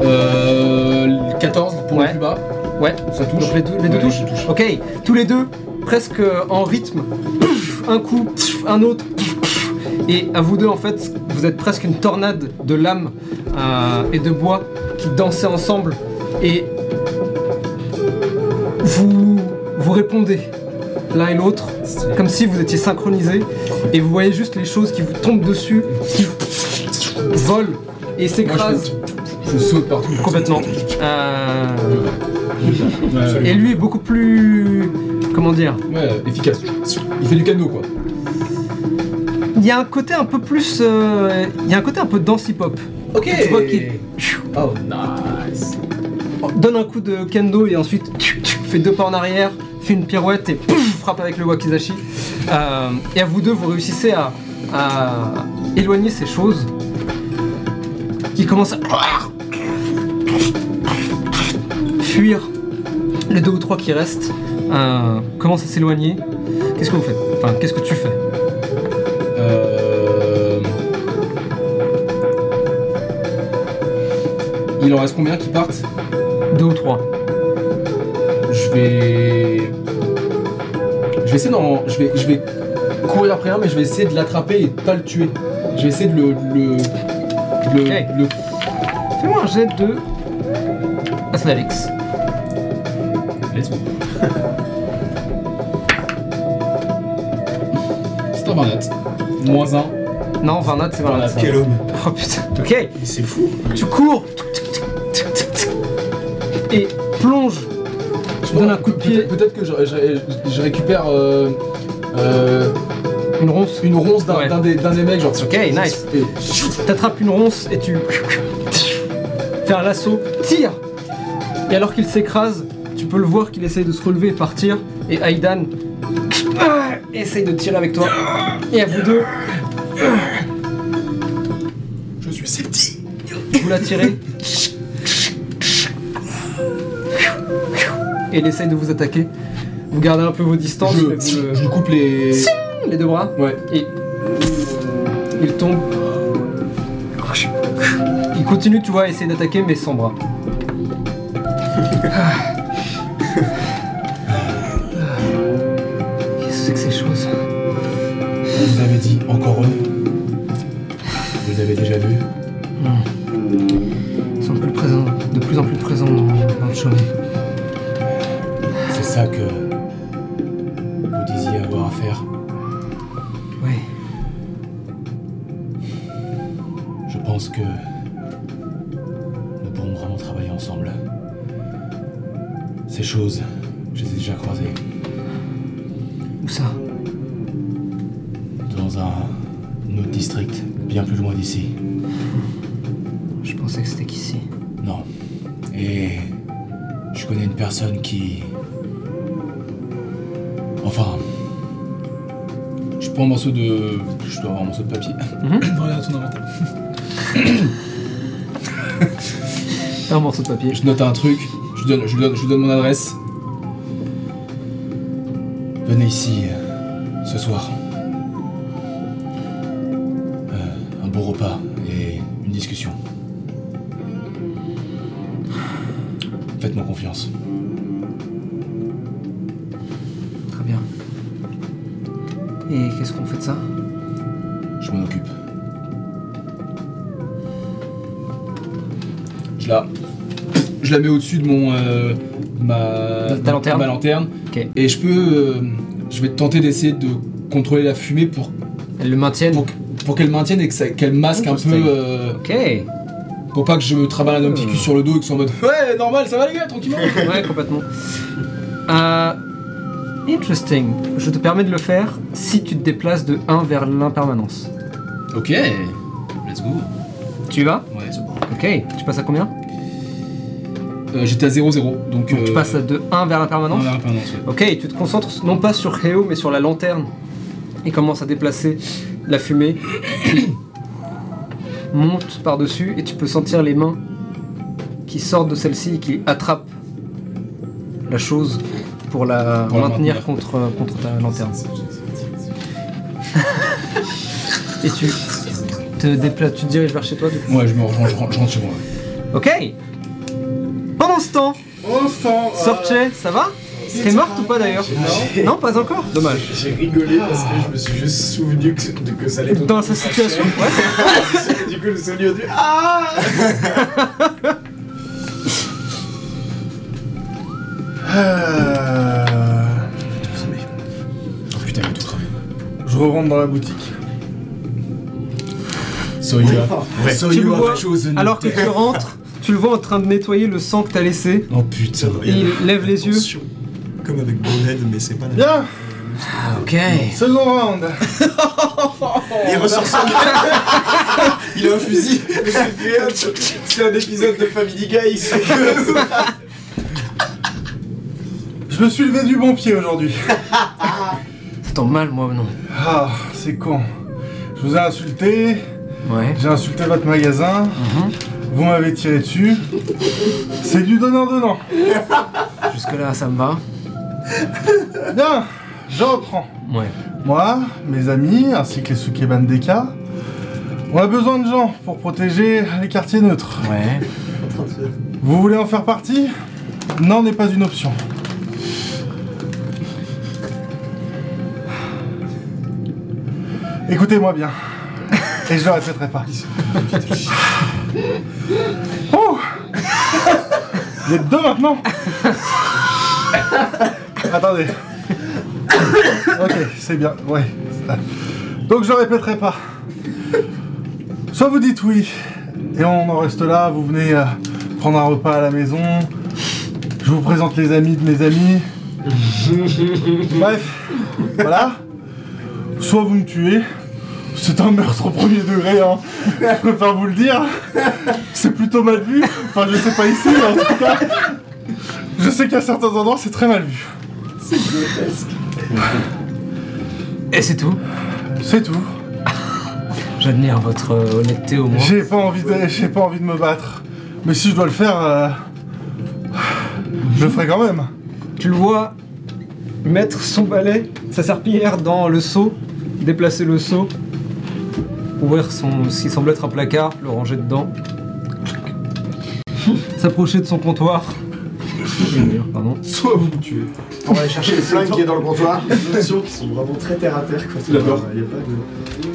Speaker 6: Euh. le 14 pour
Speaker 1: Ouais.
Speaker 6: le plus bas.
Speaker 1: Ouais,
Speaker 6: Ça touche.
Speaker 1: donc les, deux- les deux
Speaker 6: Ouais,
Speaker 1: touches.
Speaker 6: je touche.
Speaker 1: Ok, tous les deux presque euh, en rythme. Pouf, Un coup, pouf, un autre. pouf, pouf. Et à vous deux, en fait, vous êtes presque une tornade de lames euh, et de bois qui dansaient ensemble. Et vous, vous répondez l'un et l'autre, comme si vous étiez synchronisés. Et vous voyez juste les choses qui vous tombent dessus, qui volent et s'écrasent
Speaker 6: Je saute partout.
Speaker 1: complètement. Euh,
Speaker 6: Ouais,
Speaker 1: et lui est beaucoup plus. Comment dire
Speaker 6: ouais, efficace. Il fait du canot quoi.
Speaker 1: Il y a un côté un peu plus. euh, il y a un côté un peu dance hip-hop.
Speaker 6: Ok.
Speaker 1: Tu vois qu'il-
Speaker 6: Oh nice.
Speaker 1: Donne un coup de kendo et ensuite fait deux pas en arrière, fait une pirouette et pouf, frappe avec le wakizashi. Euh, et à vous deux, vous réussissez à, à éloigner ces choses. qui commence à fuir. Les deux ou trois qui restent euh, commencent à s'éloigner. Qu'est-ce que vous faites Enfin, qu'est-ce que tu fais
Speaker 6: Euh... Il en reste combien qui partent
Speaker 1: Deux ou trois.
Speaker 6: Je vais. Je vais essayer d'en. Je vais, je vais courir après un, mais je vais essayer de l'attraper et de pas le tuer. Je vais essayer de le. le... le-
Speaker 1: Ok.
Speaker 6: le-
Speaker 1: Fais-moi un jet de. Athletics.
Speaker 6: Let's go. C'est un Barnett. Moins un.
Speaker 1: Non, 20 notes, c'est 20 notes.
Speaker 6: Barnett.
Speaker 3: Ah. Quel homme
Speaker 1: Oh putain. Ok,
Speaker 3: C'est fou
Speaker 1: tu cours et plonge.
Speaker 6: Je me donne un coup de pied. Peut-être que je, je- je récupère euh, euh,
Speaker 1: Une ronce.
Speaker 6: une ronce d'un
Speaker 1: Ouais.
Speaker 6: d'un des, d'un des mecs, genre.
Speaker 1: Ok, nice. T'attrapes une ronce et tu. Fais un lasso, tire Et alors qu'il s'écrase, tu peux le voir qu'il essaye de se relever et partir. Et Aidan ah, essaye de tirer avec toi. Et à vous deux,
Speaker 4: Je suis sceptique.
Speaker 1: vous la tirez. Et il essaye de vous attaquer. Vous gardez un peu vos distances,
Speaker 6: Je,
Speaker 1: mais vous
Speaker 6: je lui coupe les.
Speaker 1: le- les deux bras.
Speaker 6: Ouais.
Speaker 1: Et il tombe. Il continue, tu vois, à essayer d'attaquer, mais sans bras. Ah. Qu'est-ce que c'est que ces choses
Speaker 4: Vous avez dit encore eux. Vous les avez déjà vus.
Speaker 1: Ils sont plus présents, de plus en plus présents dans, dans le chemin.
Speaker 4: C'est ça que vous disiez avoir à faire.
Speaker 1: Oui.
Speaker 4: Je pense que nous pourrons vraiment travailler ensemble. Ces choses, je les ai déjà croisées
Speaker 1: Où ça
Speaker 4: dans un, un autre district, bien plus loin d'ici.
Speaker 1: Je pensais que c'était qu'ici.
Speaker 4: Non. Et je connais une personne qui... Enfin,
Speaker 6: Je prends un morceau de. Je dois avoir un morceau de papier.
Speaker 4: voilà ton inventaire.
Speaker 1: Un morceau de papier.
Speaker 6: Je note un truc, je lui donne, je lui donne, je lui donne mon adresse.
Speaker 4: Venez ici euh, ce soir. Euh, un bon repas et une discussion. Faites-moi confiance.
Speaker 1: Très bien. Et qu'est-ce qu'on fait de ça
Speaker 4: Je m'en occupe.
Speaker 6: Je la, je la mets au-dessus de mon. euh, de ma,
Speaker 1: De ta lanterne.
Speaker 6: ma lanterne.
Speaker 1: Ok.
Speaker 6: Et je peux. euh, je vais tenter d'essayer de contrôler la fumée pour,
Speaker 1: Elles le maintiennent.
Speaker 6: pour, pour qu'elle maintienne et que ça- qu'elle masque un peu.
Speaker 1: Interesting.
Speaker 6: euh,
Speaker 1: Ok. Ouais,
Speaker 6: pour pas que je me travaille un petit
Speaker 1: Hmm.
Speaker 6: cul sur le dos et que soit en mode. Ouais, normal, ça va les gars, tranquillement.
Speaker 1: complètement. Euh, Interesting. Je te permets de le faire si tu te déplaces de 1 vers l'impermanence.
Speaker 6: ok, let's go.
Speaker 1: Tu y vas
Speaker 6: Ouais, c'est bon.
Speaker 1: Ok. Tu passes à combien
Speaker 6: Euh, J'étais à 0-0, donc.
Speaker 1: Tu
Speaker 6: euh,
Speaker 1: passes de 1 vers
Speaker 6: non,
Speaker 1: l'impermanence
Speaker 6: la permanence, ouais.
Speaker 1: Ok, tu te concentres non pas sur Heo mais sur la lanterne et commence à déplacer la fumée qui monte par-dessus et tu peux sentir les mains qui sortent de celle-ci et qui attrapent la chose pour la
Speaker 6: Pour la
Speaker 1: maintenir
Speaker 6: maintenir.
Speaker 1: contre, contre ta lanterne. et tu te déplaces, tu te diriges vers chez toi du coup.
Speaker 6: Ouais, je me rejoins, je rentre, je rentre chez moi. ouais.
Speaker 1: Ok Pendant ce temps,
Speaker 2: On sent. euh,
Speaker 1: Sorche, ça va T'es morte ou pas d'ailleurs Non, pas encore Dommage.
Speaker 7: J'ai rigolé parce que je me suis juste souvenu que, que ça allait
Speaker 1: Dans sa situation, ouais.
Speaker 7: Et du coup, je me suis souvenu du Ah
Speaker 2: Euh,
Speaker 4: Oh putain, il a tout cramé.
Speaker 2: Je re-rentre dans la boutique.
Speaker 4: Soya.
Speaker 1: Tu le vois, alors que tu rentres, tu le vois en train de nettoyer le sang que t'as laissé.
Speaker 4: Oh putain.
Speaker 1: Et il lève les yeux.
Speaker 3: Attention. Comme avec Bonnet, mais c'est pas la même.
Speaker 2: Bien
Speaker 1: Ah, Ok.
Speaker 2: Second round
Speaker 3: Il ressort ça Il a un fusil
Speaker 7: C'est un épisode de Family Guy, c'est
Speaker 2: Je me suis levé du bon pied aujourd'hui.
Speaker 1: Ça tombe mal, moi, non.
Speaker 2: Ah, c'est con. Je vous ai insulté.
Speaker 1: Ouais.
Speaker 2: J'ai insulté votre magasin.
Speaker 1: Mhm.
Speaker 2: Vous m'avez tiré dessus. C'est du donnant-donnant.
Speaker 1: Jusque-là, ça me va.
Speaker 2: Bien, je reprends.
Speaker 1: Ouais.
Speaker 2: Moi, mes amis, ainsi que les Sukeban Deka, on a besoin de gens pour protéger les quartiers neutres.
Speaker 1: Ouais.
Speaker 2: Vous voulez en faire partie Non n'est pas une option. Écoutez-moi bien. Et je le répéterai pas. Oh Vous êtes deux maintenant Attendez. Ok, c'est bien. Ouais. Donc je le répéterai pas. Soit vous dites oui, et on en reste là, vous venez euh, prendre un repas à la maison, je vous présente les amis de mes amis. Bref, voilà. Soit vous me tuez, c'est un meurtre au premier degré, hein. je préfère vous le dire. C'est plutôt mal vu, enfin je sais pas ici, mais en tout cas, je sais qu'à certains endroits c'est très mal vu.
Speaker 1: Et c'est tout.
Speaker 2: C'est tout.
Speaker 1: J'admire votre euh, honnêteté au moins.
Speaker 2: J'ai pas envie de, j'ai pas envie de me battre. Mais si je dois le faire, euh, je le ferai quand même.
Speaker 1: Tu le vois mettre son balai, sa serpillière dans le seau, déplacer le seau, ouvrir son, ce qui semble être un placard, le ranger dedans, s'approcher de son comptoir. Pardon.
Speaker 6: Soit vous me tuez.
Speaker 5: On va aller chercher le flingue qui est dans le comptoir.
Speaker 3: Les notions qui sont vraiment très terre à terre. quoi.
Speaker 6: D'accord.
Speaker 3: Il y a pas de-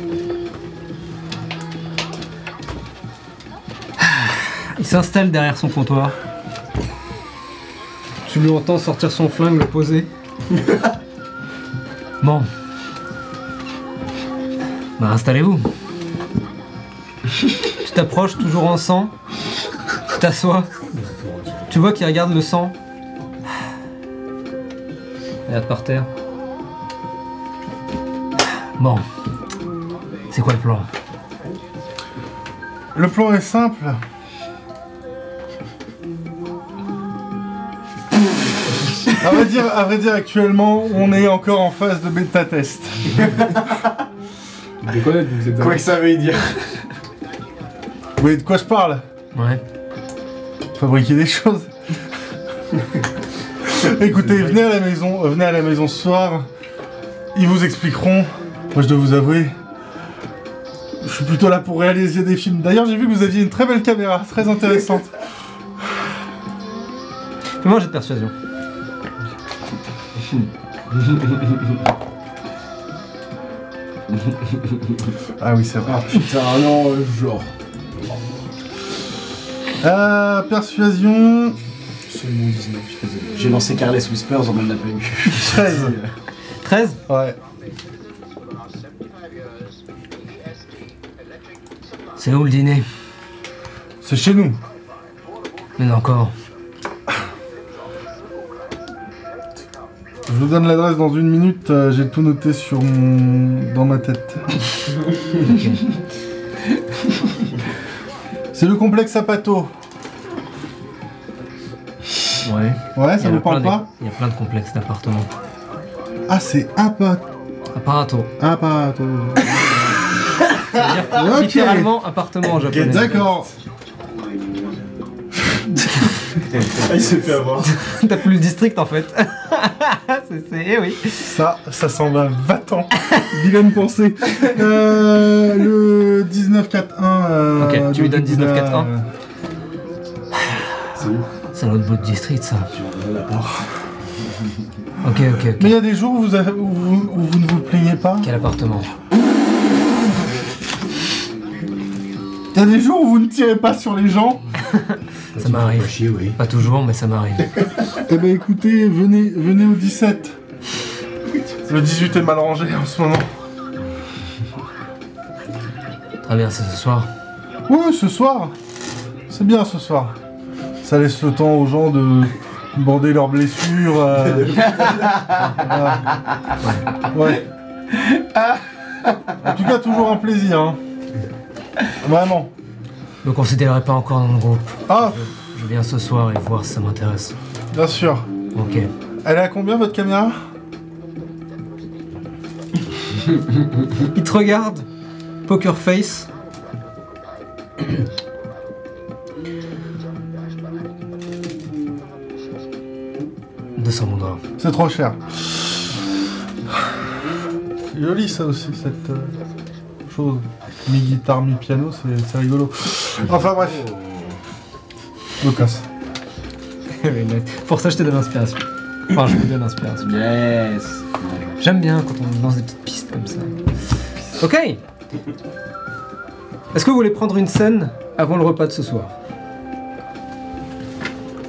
Speaker 1: Il s'installe derrière son comptoir. Tu lui entends sortir son flingue, le poser. bon. Bah installez-vous. tu t'approches toujours en sang. Tu t'assois. Tu vois qu'il regarde le sang. Regarde par terre. Bon. C'est quoi le plan
Speaker 2: Le plan est simple. À vrai, dire, à vrai dire, actuellement, on est encore en phase de bêta test.
Speaker 6: Vous déconnez, vous êtes
Speaker 7: Quoi que ça veuille dire.
Speaker 2: Vous voyez de quoi je parle
Speaker 1: Ouais.
Speaker 2: Fabriquer des choses. Écoutez, venez à la maison, euh, venez à la maison ce soir. Ils vous expliqueront. Moi, je dois vous avouer, je suis plutôt là pour réaliser des films. D'ailleurs, j'ai vu que vous aviez une très belle caméra, très intéressante.
Speaker 1: Fais-moi un jet de persuasion.
Speaker 2: Ah oui, ça va.
Speaker 6: Putain, non, euh, genre.
Speaker 2: Euh, persuasion
Speaker 3: Seulement 19, je suis désolé.
Speaker 5: J'ai lancé Carles Whispers, on ne l'a pas eu.
Speaker 2: 13.
Speaker 1: 13
Speaker 2: Ouais.
Speaker 1: C'est où le dîner
Speaker 2: C'est chez nous.
Speaker 1: Mais encore.
Speaker 2: Je vous donne l'adresse dans une minute, euh, j'ai tout noté sur mon... dans ma tête. C'est le complexe Apato.
Speaker 1: Ouais.
Speaker 2: Ouais,
Speaker 1: Il
Speaker 2: ça
Speaker 1: y en
Speaker 2: vous
Speaker 1: a plein
Speaker 2: parle
Speaker 1: de-
Speaker 2: pas
Speaker 1: Il y a plein de complexes d'appartements.
Speaker 2: Ah, c'est Apato.
Speaker 1: Apparato.
Speaker 2: Apato.
Speaker 1: C'est-à-dire
Speaker 2: Ok.
Speaker 1: littéralement appartement en japonais.
Speaker 2: D'accord.
Speaker 3: Ah, il s'est fait avoir.
Speaker 1: T'as plus le district en fait. c'est, c'est- eh oui.
Speaker 2: Ça, ça s'en va va-t'en. Vilaine pensée. Euh, le 1941. euh,
Speaker 1: Ok, tu lui donnes
Speaker 2: de Bouddha,
Speaker 1: 19-4-1.
Speaker 2: euh,
Speaker 1: C'est l'autre bout du district ça. Ok, ok, ok.
Speaker 2: Mais il y a des jours où vous, avez- où vous- où vous ne vous plaignez pas.
Speaker 1: Quel appartement
Speaker 2: Il y a des jours où vous ne tirez pas sur les gens.
Speaker 1: Ça m'arrive. Pas toujours, mais ça m'arrive.
Speaker 2: Eh ben écoutez, venez, venez au 17. Le 18 est mal rangé en ce moment.
Speaker 1: Très bien, c'est ce soir.
Speaker 2: Ouais, ce soir. C'est bien ce soir. Ça laisse le temps aux gens de bander leurs blessures. euh, voilà. Ouais. En tout cas, toujours un plaisir. hein. Vraiment.
Speaker 1: Me considérez pas encore dans le groupe.
Speaker 2: Ah,
Speaker 1: Je viens ce soir et voir si ça m'intéresse.
Speaker 2: bien sûr.
Speaker 1: Ok.
Speaker 2: Elle est à combien votre caméra
Speaker 1: Il te regarde, poker face,
Speaker 2: C'est trop cher. Joli ça aussi, cette euh, chose. Mi-guitare, mi-piano, c'est c'est rigolo. Enfin bref. Lucas.
Speaker 1: Pour ça, je te donne l'inspiration. Enfin, je vous donne l'inspiration.
Speaker 5: Yes.
Speaker 1: J'aime bien quand on lance des petites pistes comme ça. Ok Est-ce que vous voulez prendre une scène avant le repas de ce soir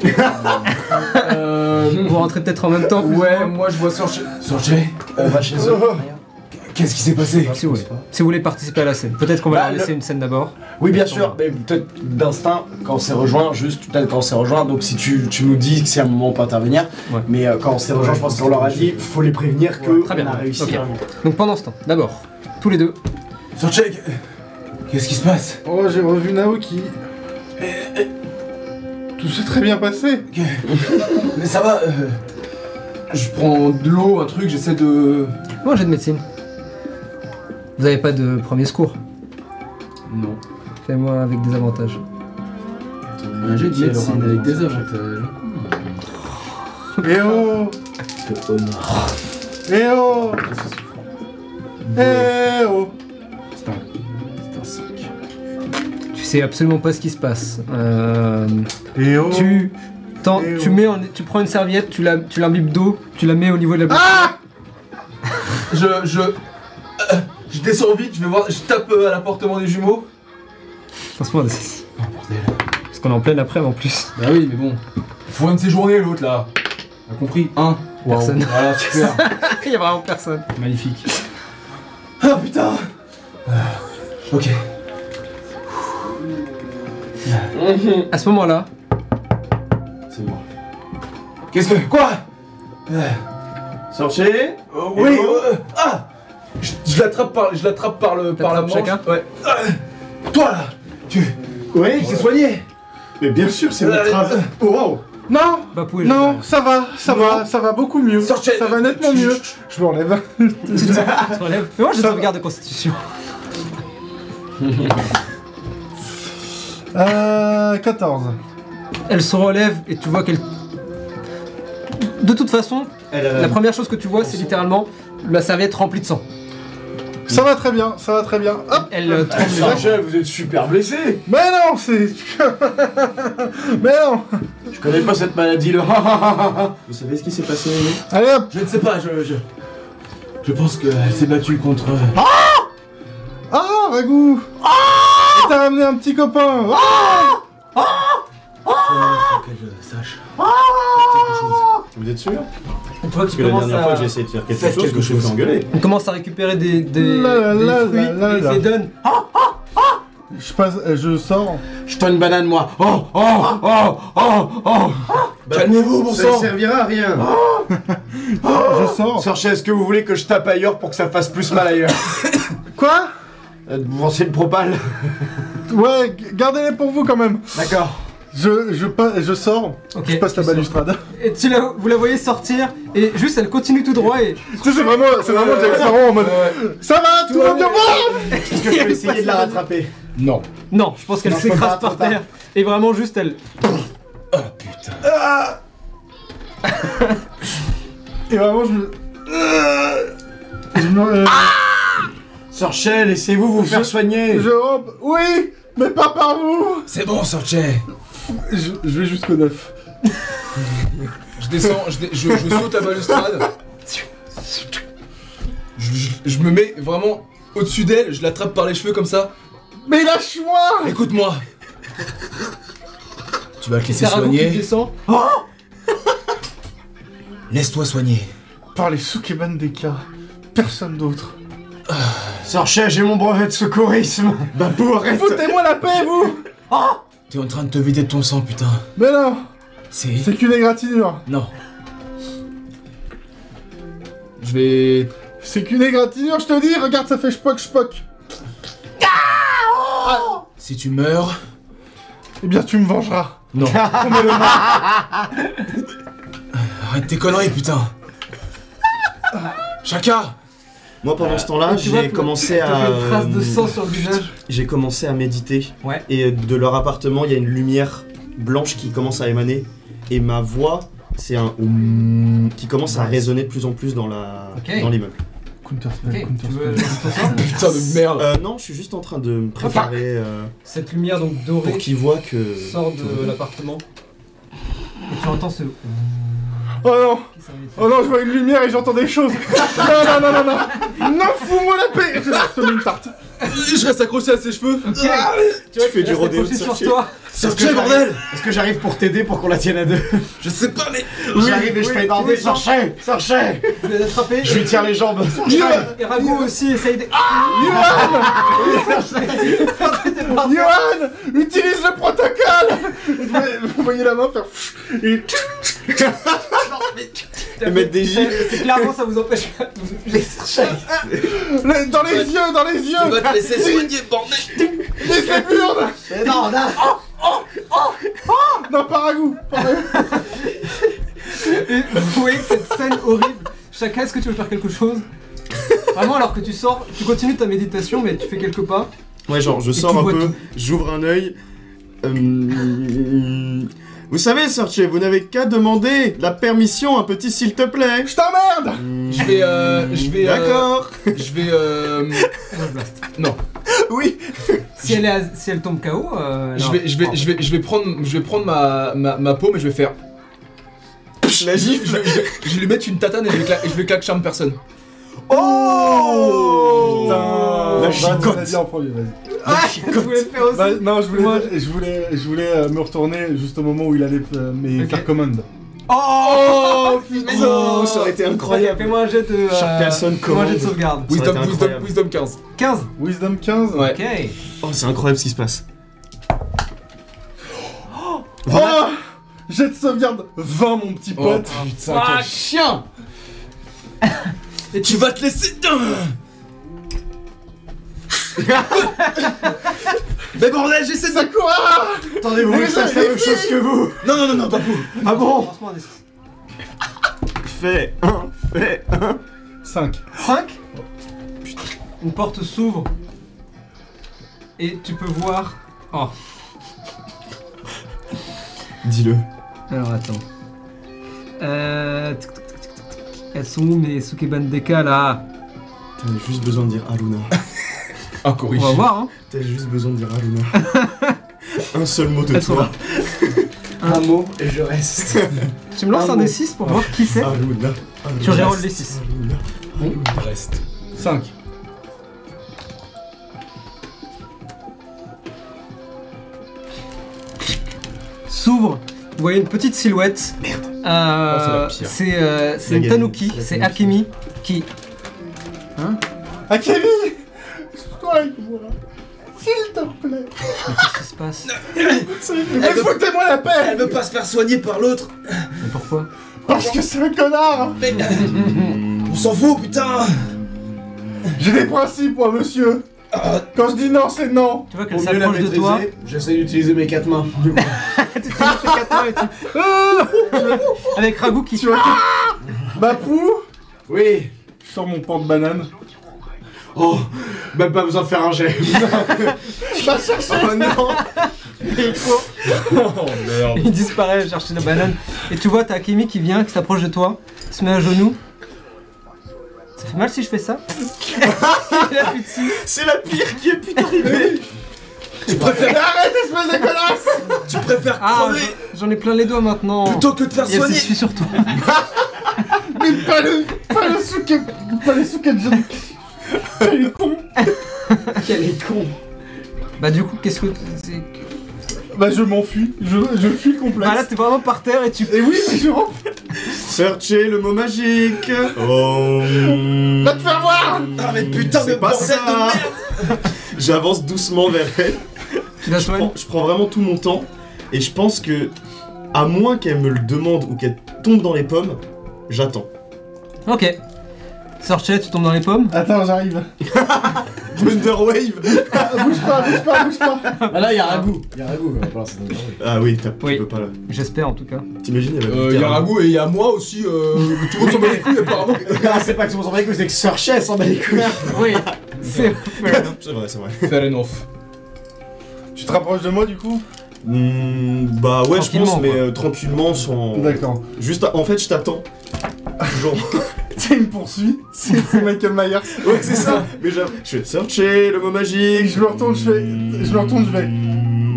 Speaker 6: Euh,
Speaker 1: Vous rentrez peut-être en même temps plus ou
Speaker 6: ouais,
Speaker 1: moins
Speaker 6: moi je vois Sorche. Sorche,
Speaker 5: On va chez eux.
Speaker 6: qu'est-ce qui s'est passé
Speaker 1: si vous, voulez. Si vous voulez participer à la scène, peut-être qu'on va
Speaker 5: Bah,
Speaker 1: leur laisser une scène d'abord.
Speaker 5: Oui, bien sûr, mais peut-être d'instinct, quand c'est rejoint, juste peut-être quand c'est rejoint. Donc si tu, tu nous dis que c'est un moment on peut intervenir,
Speaker 1: Ouais.
Speaker 5: mais euh, quand c'est rejoint, je pense qu'on leur a dit, faut les prévenir que
Speaker 1: très bien,
Speaker 5: on a réussi.
Speaker 1: ok. Donc pendant ce temps, d'abord, tous les deux.
Speaker 4: Sorche, qu'est-ce qui se passe
Speaker 2: Oh, j'ai revu Naoki. Tout s'est très bien passé.
Speaker 6: Mais ça va. euh, je prends de l'eau, un truc, j'essaie de.
Speaker 1: Moi, j'ai de médecine. Vous n'avez pas de premier secours
Speaker 6: Non.
Speaker 1: Fais-moi avec des avantages.
Speaker 6: Un jet de médecine avec des avantages.
Speaker 2: Eh oh
Speaker 5: Que honneur.
Speaker 2: Eh oh Eh oh
Speaker 6: C'est un. C'est un 5.
Speaker 1: Tu sais absolument pas ce qui se passe. Euh,
Speaker 2: Eh oh
Speaker 1: tu, t'en-
Speaker 2: Eh
Speaker 1: tu,
Speaker 2: oh.
Speaker 1: mets en- tu prends une serviette, tu la- tu l'imbibes d'eau, tu la mets au niveau de la bouche.
Speaker 6: Je. Je. euh, je descends vite, je vais voir. Je tape euh, à l'appartement des jumeaux.
Speaker 1: Franchement, c'est- Parce qu'on est en pleine après en plus.
Speaker 6: Bah oui, mais bon. Faut une de ces journées, l'autre là. T'as compris Un. Waouh.
Speaker 1: Personne.
Speaker 6: Voilà, super.
Speaker 1: Il y a vraiment personne.
Speaker 6: Magnifique. Ah putain Ah, Ok.
Speaker 1: À ce moment-là,
Speaker 3: C'est moi.
Speaker 6: Qu'est-ce que. Quoi Euh,
Speaker 3: Sorchez
Speaker 6: Euh, oui,
Speaker 3: Hello
Speaker 6: euh, ah Je, je l'attrape par, je l'attrape par le, par la
Speaker 1: T'attrapes
Speaker 6: manche.
Speaker 1: chacun
Speaker 6: ouais. Ah, toi là, tu,
Speaker 3: Oui,
Speaker 6: tu t'es soigné.
Speaker 3: Mais bien sûr, c'est
Speaker 6: Euh,
Speaker 3: mon travail. Oh, wow.
Speaker 2: Non
Speaker 1: Bapou est
Speaker 2: Non, ça va, ça va, ça va beaucoup mieux.
Speaker 6: Sortez-
Speaker 2: Ça va nettement
Speaker 6: tu-
Speaker 2: mieux. Je me relève.
Speaker 1: Tu te relèves. Mais moi, je sauvegarde de constitution.
Speaker 2: Euh. 14.
Speaker 1: Elle se relève et tu vois qu'elle. De toute façon,
Speaker 3: Elle, euh,
Speaker 1: la première chose que tu vois, c'est littéralement la serviette remplie de sang.
Speaker 2: Ça va très bien, ça va très bien. Hop
Speaker 1: Elle euh, tremble les mains.
Speaker 5: Sorchez, vous êtes super blessé.
Speaker 2: Mais non, c'est. Mais non
Speaker 5: Je connais pas cette maladie, le. oh,
Speaker 3: Vous savez ce qui s'est passé Aimé
Speaker 2: Allez hop
Speaker 4: Je ne sais pas, je. Je, je pense qu'elle s'est battue contre.
Speaker 5: euh,
Speaker 2: Ah, Ragout Et T'as ramené un petit copain Ah
Speaker 4: Faut que je sache. Quelque chose.
Speaker 3: Vous êtes sûr
Speaker 1: Tu vois
Speaker 3: Parce
Speaker 1: qu'il
Speaker 3: que la
Speaker 1: commence
Speaker 3: dernière
Speaker 1: à-
Speaker 3: fois que j'ai essayé de faire quelque
Speaker 4: Faites
Speaker 3: chose,
Speaker 4: quelque
Speaker 3: je me suis
Speaker 4: chose.
Speaker 3: fait engueuler.
Speaker 1: On commence à récupérer des, des,
Speaker 2: La, la,
Speaker 1: des
Speaker 2: la,
Speaker 1: fruits
Speaker 2: la, la,
Speaker 1: et
Speaker 2: la.
Speaker 1: les donne.
Speaker 2: Je passe. euh, Je sors.
Speaker 5: Je t'en une banane, moi. Oh, oh, oh, oh, oh.
Speaker 4: Calmez-vous, bon
Speaker 3: Ça ne
Speaker 4: sang
Speaker 3: servira à rien
Speaker 2: Je sors.
Speaker 5: Sorchez, est-ce que vous voulez que je tape ailleurs pour que ça fasse plus mal ailleurs
Speaker 2: Quoi
Speaker 5: Euh, Vous lancez le propal
Speaker 2: Ouais, g- gardez-les pour vous quand même.
Speaker 5: D'accord.
Speaker 2: Je, je, pa- je sors,
Speaker 1: Ok.
Speaker 2: je passe la balustrade.
Speaker 1: Et tu la, vous la voyez sortir et juste elle continue tout droit et
Speaker 2: tu sais, c'est vraiment, c'est vraiment Jack Sparrow en mode Ça va, tout, va bien moi
Speaker 3: Est-ce que je peux essayer de la rattraper
Speaker 6: Non.
Speaker 1: non, je pense qu'elle
Speaker 5: Non, je peux
Speaker 1: s'écrase
Speaker 5: pas,
Speaker 1: par
Speaker 5: trop tard.
Speaker 1: terre et vraiment juste elle.
Speaker 2: Et vraiment, je me. Je me. euh,
Speaker 5: Sorchez, laissez-vous vous faire soigner.
Speaker 2: je rampe. Oui, mais pas par vous
Speaker 4: C'est bon, Sorche
Speaker 2: Je, je vais jusqu'au 9.
Speaker 6: Je descends, je, dé- je, je saute la balustrade. Je, je- je me mets vraiment au-dessus d'elle, je l'attrape par les cheveux comme ça.
Speaker 2: Mais lâche-moi
Speaker 6: Écoute-moi.
Speaker 4: Tu vas te laisser
Speaker 1: Sarah Goku
Speaker 4: soigner.
Speaker 1: descend.
Speaker 4: Laisse-toi soigner.
Speaker 2: Par les Sukeban des cas, personne d'autre.
Speaker 5: Sorchez, j'ai mon brevet de secourisme.
Speaker 3: Bah,
Speaker 5: Babou, arrête
Speaker 2: Foutez-moi la paix, vous
Speaker 4: T'es en train de te vider de ton sang, putain.
Speaker 2: Mais non,
Speaker 4: C'est.
Speaker 2: c'est qu'une égratignure.
Speaker 4: Non.
Speaker 6: Je vais.
Speaker 2: C'est qu'une égratignure, je te dis, regarde, ça fait chpoc chpoc.
Speaker 4: Si tu meurs.
Speaker 2: Eh bien, tu me vengeras.
Speaker 4: Non. Arrête tes conneries, putain. Chaka
Speaker 3: Moi, pendant ce temps-là,
Speaker 1: tu vois,
Speaker 3: j'ai
Speaker 1: tu-
Speaker 3: commencé
Speaker 1: T'as
Speaker 3: à. euh,
Speaker 1: fait une trace de sang sur le visage.
Speaker 3: J'ai commencé à méditer.
Speaker 1: Ouais.
Speaker 3: Et de leur appartement, il y a une lumière blanche qui commence à émaner. Et ma voix C'est un oum qui commence à résonner de plus en plus dans la
Speaker 1: Ok.
Speaker 3: dans l'immeuble.
Speaker 2: Counter-spell,
Speaker 1: Ok, tu veux-
Speaker 2: counter-spell.
Speaker 6: Putain de merde.
Speaker 3: Euh, non, je suis juste en train de me préparer euh,
Speaker 1: Cette lumière donc
Speaker 3: pour
Speaker 1: dorée
Speaker 3: qu'il voit que.
Speaker 1: sort de l'appartement. Et tu entends ce.
Speaker 2: Oh non Oh non, je vois une lumière et j'entends des choses Non, non, non, non, non Non, fous-moi la paix Je te mets une tarte
Speaker 6: Je reste accroché à ses cheveux.
Speaker 1: Ok. Tu vois,
Speaker 3: fais
Speaker 1: il
Speaker 3: du
Speaker 1: reste
Speaker 3: rodéo de
Speaker 1: accroché sur
Speaker 3: sorcier.
Speaker 1: toi.
Speaker 5: Est-ce que j'arrive- Est-ce que j'arrive pour t'aider pour qu'on la tienne à deux
Speaker 6: Je sais pas, mais.
Speaker 5: J'arrive et je fais
Speaker 1: oui,
Speaker 5: demander
Speaker 1: oui.
Speaker 5: Sorchez Sorchez
Speaker 1: Tu l'as attrapé.
Speaker 5: Je lui tire les jambes.
Speaker 1: Et Rago aussi essaye de.
Speaker 2: Johan Utilise le protocole Vous voyez- Vous voyez la main faire... pfff, Et...
Speaker 3: mettre des gifs.
Speaker 1: C'est clairement ça vous empêche pas.
Speaker 2: le- Dans les yeux, dans les
Speaker 6: On va
Speaker 2: yeux
Speaker 6: te laisser soigner, bordel.
Speaker 2: Laisse les burnes
Speaker 5: Mais non, non
Speaker 2: Non, paragou
Speaker 1: Et vous voyez cette scène horrible. Chacun, est-ce que tu veux faire quelque chose Vraiment, alors que tu sors, tu continues ta méditation, mais tu fais quelques pas.
Speaker 3: Ouais, genre je
Speaker 1: tu
Speaker 3: sors un
Speaker 1: vois
Speaker 3: peu,
Speaker 1: tout.
Speaker 3: j'ouvre un œil. Euh, Vous savez, Sorcier, vous n'avez qu'à demander la permission, un petit s'il te plaît. Hmm.
Speaker 2: Je t'emmerde
Speaker 6: Je vais, euh, je vais, euh,
Speaker 3: D'accord.
Speaker 6: Je vais. euh,
Speaker 3: Oui.
Speaker 1: Si elle, est à- si elle tombe KO, euh,
Speaker 6: je
Speaker 1: alors-
Speaker 6: vais, je vais, je vais, je vais prendre, je vais prendre ma, ma, ma paume et je vais faire.
Speaker 3: La
Speaker 6: Je,
Speaker 3: gifle.
Speaker 6: je- je vais- je vais lui mettre une tatane et je vais, cla- et je vais claque charme personne.
Speaker 3: Oh.
Speaker 2: Putain
Speaker 3: La
Speaker 2: Vas-y,
Speaker 3: chicotte.
Speaker 2: vas-y, en premier, vas-y.
Speaker 1: Ah, je voulais le faire aussi.
Speaker 2: Bah, non, je voulais,
Speaker 1: Moi,
Speaker 2: je voulais, je voulais euh, me retourner juste au moment où il allait euh, mais
Speaker 1: Ok.
Speaker 2: faire commande.
Speaker 6: Oh
Speaker 1: Mais
Speaker 3: Oh, ça aurait été
Speaker 1: Incroyable.
Speaker 3: incroyable.
Speaker 1: Fais-moi un jet de. euh,
Speaker 3: Charles Persson
Speaker 1: Fais-moi un jet de
Speaker 3: commande.
Speaker 1: sauvegarde.
Speaker 3: Oui.
Speaker 6: Wisdom,
Speaker 3: Ça aurait été
Speaker 6: wisdom,
Speaker 3: incroyable.
Speaker 6: wisdom 15.
Speaker 1: 15.
Speaker 2: Wisdom 15
Speaker 6: Ouais.
Speaker 1: Ok.
Speaker 3: Oh, c'est incroyable ce qui se passe.
Speaker 2: Oh Jet de sauvegarde 20, mon petit
Speaker 6: Oh
Speaker 2: pote
Speaker 6: putain, quel chien Et tu vas te laisser. Mais bordel, j'essaie de.
Speaker 5: Attendez, vous voulez que je fasse la même chose que vous
Speaker 6: Non, non, non, non, pas vous.
Speaker 1: Ah bon Franchement, un des 6.
Speaker 3: Fais un, fais un.
Speaker 2: 5.
Speaker 1: 5. Une porte s'ouvre. Et tu peux voir. Oh.
Speaker 3: Dis-le.
Speaker 1: Alors attends. Euh. tic, tic, tic, tic, tic, tic. Elles sont où mes Sukeban Deka là
Speaker 3: T'avais juste besoin de dire Aruna.
Speaker 6: Ah, corrige.
Speaker 1: On va voir hein
Speaker 3: T'avais juste besoin de dire Aruna. un seul mot de
Speaker 1: Elles sont
Speaker 3: toi.
Speaker 1: là.
Speaker 5: Un mot et je reste.
Speaker 1: Tu me lances
Speaker 5: Un
Speaker 1: un
Speaker 5: mot.
Speaker 1: des 6 pour voir qui c'est
Speaker 3: Aruna.
Speaker 1: Tu rerolles les 6.
Speaker 3: Aruna.
Speaker 6: Reste.
Speaker 2: 5.
Speaker 1: S'ouvre. Vous voyez une petite silhouette. Merde.
Speaker 6: Oh, c'est la pire.
Speaker 1: c'est euh, c'est
Speaker 3: La
Speaker 1: une
Speaker 3: gamine.
Speaker 1: tanuki,
Speaker 3: La
Speaker 1: c'est
Speaker 3: tanuki.
Speaker 1: Akemi qui.
Speaker 2: Ah, Kevin Toi avec moi là. S'il te plaît
Speaker 1: Qu'est-ce qui se passe
Speaker 2: Mais foutez-moi la paix
Speaker 6: veut pas se faire soigner par l'autre.
Speaker 1: Mais pourquoi
Speaker 2: Parce que c'est un connard
Speaker 6: Mais. On s'en fout, putain.
Speaker 2: J'ai des principes, moi, monsieur Quand je dis non, c'est non
Speaker 1: Tu vois qu'elle s'approche de toi.
Speaker 5: j'essaie d'utiliser mes quatre mains.
Speaker 1: Tes quatre mains et tu-
Speaker 2: Ah
Speaker 1: Avec Ragout qui.
Speaker 2: Tu vois que... Bapou
Speaker 5: Oui
Speaker 2: Je sors mon pan de banane.
Speaker 5: Oh Même pas besoin de faire un jet.
Speaker 2: Bah, chercher
Speaker 5: Oh non
Speaker 1: Il disparaît chercher la banane. Et tu vois, t'as Akemi qui vient, qui s'approche de toi, se met à genoux. Ça fait mal si je fais ça Il a plus de six.
Speaker 3: C'est la pire qui est putain arrivée.
Speaker 6: Tu préfères,
Speaker 2: Arrête, espèce de connasse
Speaker 6: tu préfères
Speaker 1: Ah,
Speaker 6: crever
Speaker 1: j'en- j'en ai plein les doigts maintenant.
Speaker 6: plutôt que de faire
Speaker 1: Il y a
Speaker 6: soigner.
Speaker 1: je suis sur toi.
Speaker 2: Mais pas le... Pas le souke... Pas le souke de John... Il est con
Speaker 5: Quel est con
Speaker 1: Bah du coup, qu'est-ce que... c'est-
Speaker 2: Bah, je m'enfuis. Je, je fuis le complexe.
Speaker 1: Ah là, t'es vraiment par terre et tu...
Speaker 2: Et oui, mais je rentre.
Speaker 3: Searchez le mot magique. Oh.
Speaker 2: Va te faire voir
Speaker 6: Ah, mais putain de
Speaker 3: C'est pas
Speaker 6: bordel de
Speaker 3: ça.
Speaker 6: merde.
Speaker 3: J'avance doucement vers elle.
Speaker 1: Tu la
Speaker 3: Je prends- je prends vraiment tout mon temps et je pense que, à moins qu'elle me le demande ou qu'elle tombe dans les pommes, j'attends.
Speaker 1: Ok. Sorchet, tu tombes dans les pommes.
Speaker 2: Attends, j'arrive.
Speaker 3: Thunderwave
Speaker 2: Ah, bouge pas, bouge pas, bouge pas
Speaker 5: Ah là, y'a Ragout Y'a Ragout, on va pas lancer dans le bruit.
Speaker 3: Ah oui, t'as- tu
Speaker 1: Oui.
Speaker 3: peux pas là.
Speaker 1: J'espère en tout cas.
Speaker 3: T'imagines, elle va
Speaker 6: Euh,
Speaker 3: buter
Speaker 6: y'a
Speaker 3: un-
Speaker 6: Ragout et y'a moi aussi, euh, tout le monde s'en bat les couilles apparemment.
Speaker 5: Ah, c'est pas que on s'en bat les couilles, c'est que Sorchez s'en bat les couilles.
Speaker 1: Oui, c'est...
Speaker 3: C'est vrai, c'est vrai.
Speaker 6: Fair enough.
Speaker 2: Tu te rapproches de moi, du coup
Speaker 3: Hmm, bah ouais, je
Speaker 1: Tranquillement,
Speaker 3: pense, mais
Speaker 1: quoi.
Speaker 3: euh, tranquillement, sans.
Speaker 2: D'accord.
Speaker 3: Juste, à- en fait, je t'attends. Genre.
Speaker 2: Tu me poursuis, c'est c'est Michael Myers.
Speaker 3: ouais, c'est ça. Mais j'avoue, je vais searcher le mot
Speaker 2: Et
Speaker 3: magique.
Speaker 2: je me retourne, je fais. Je me retourne, je fais.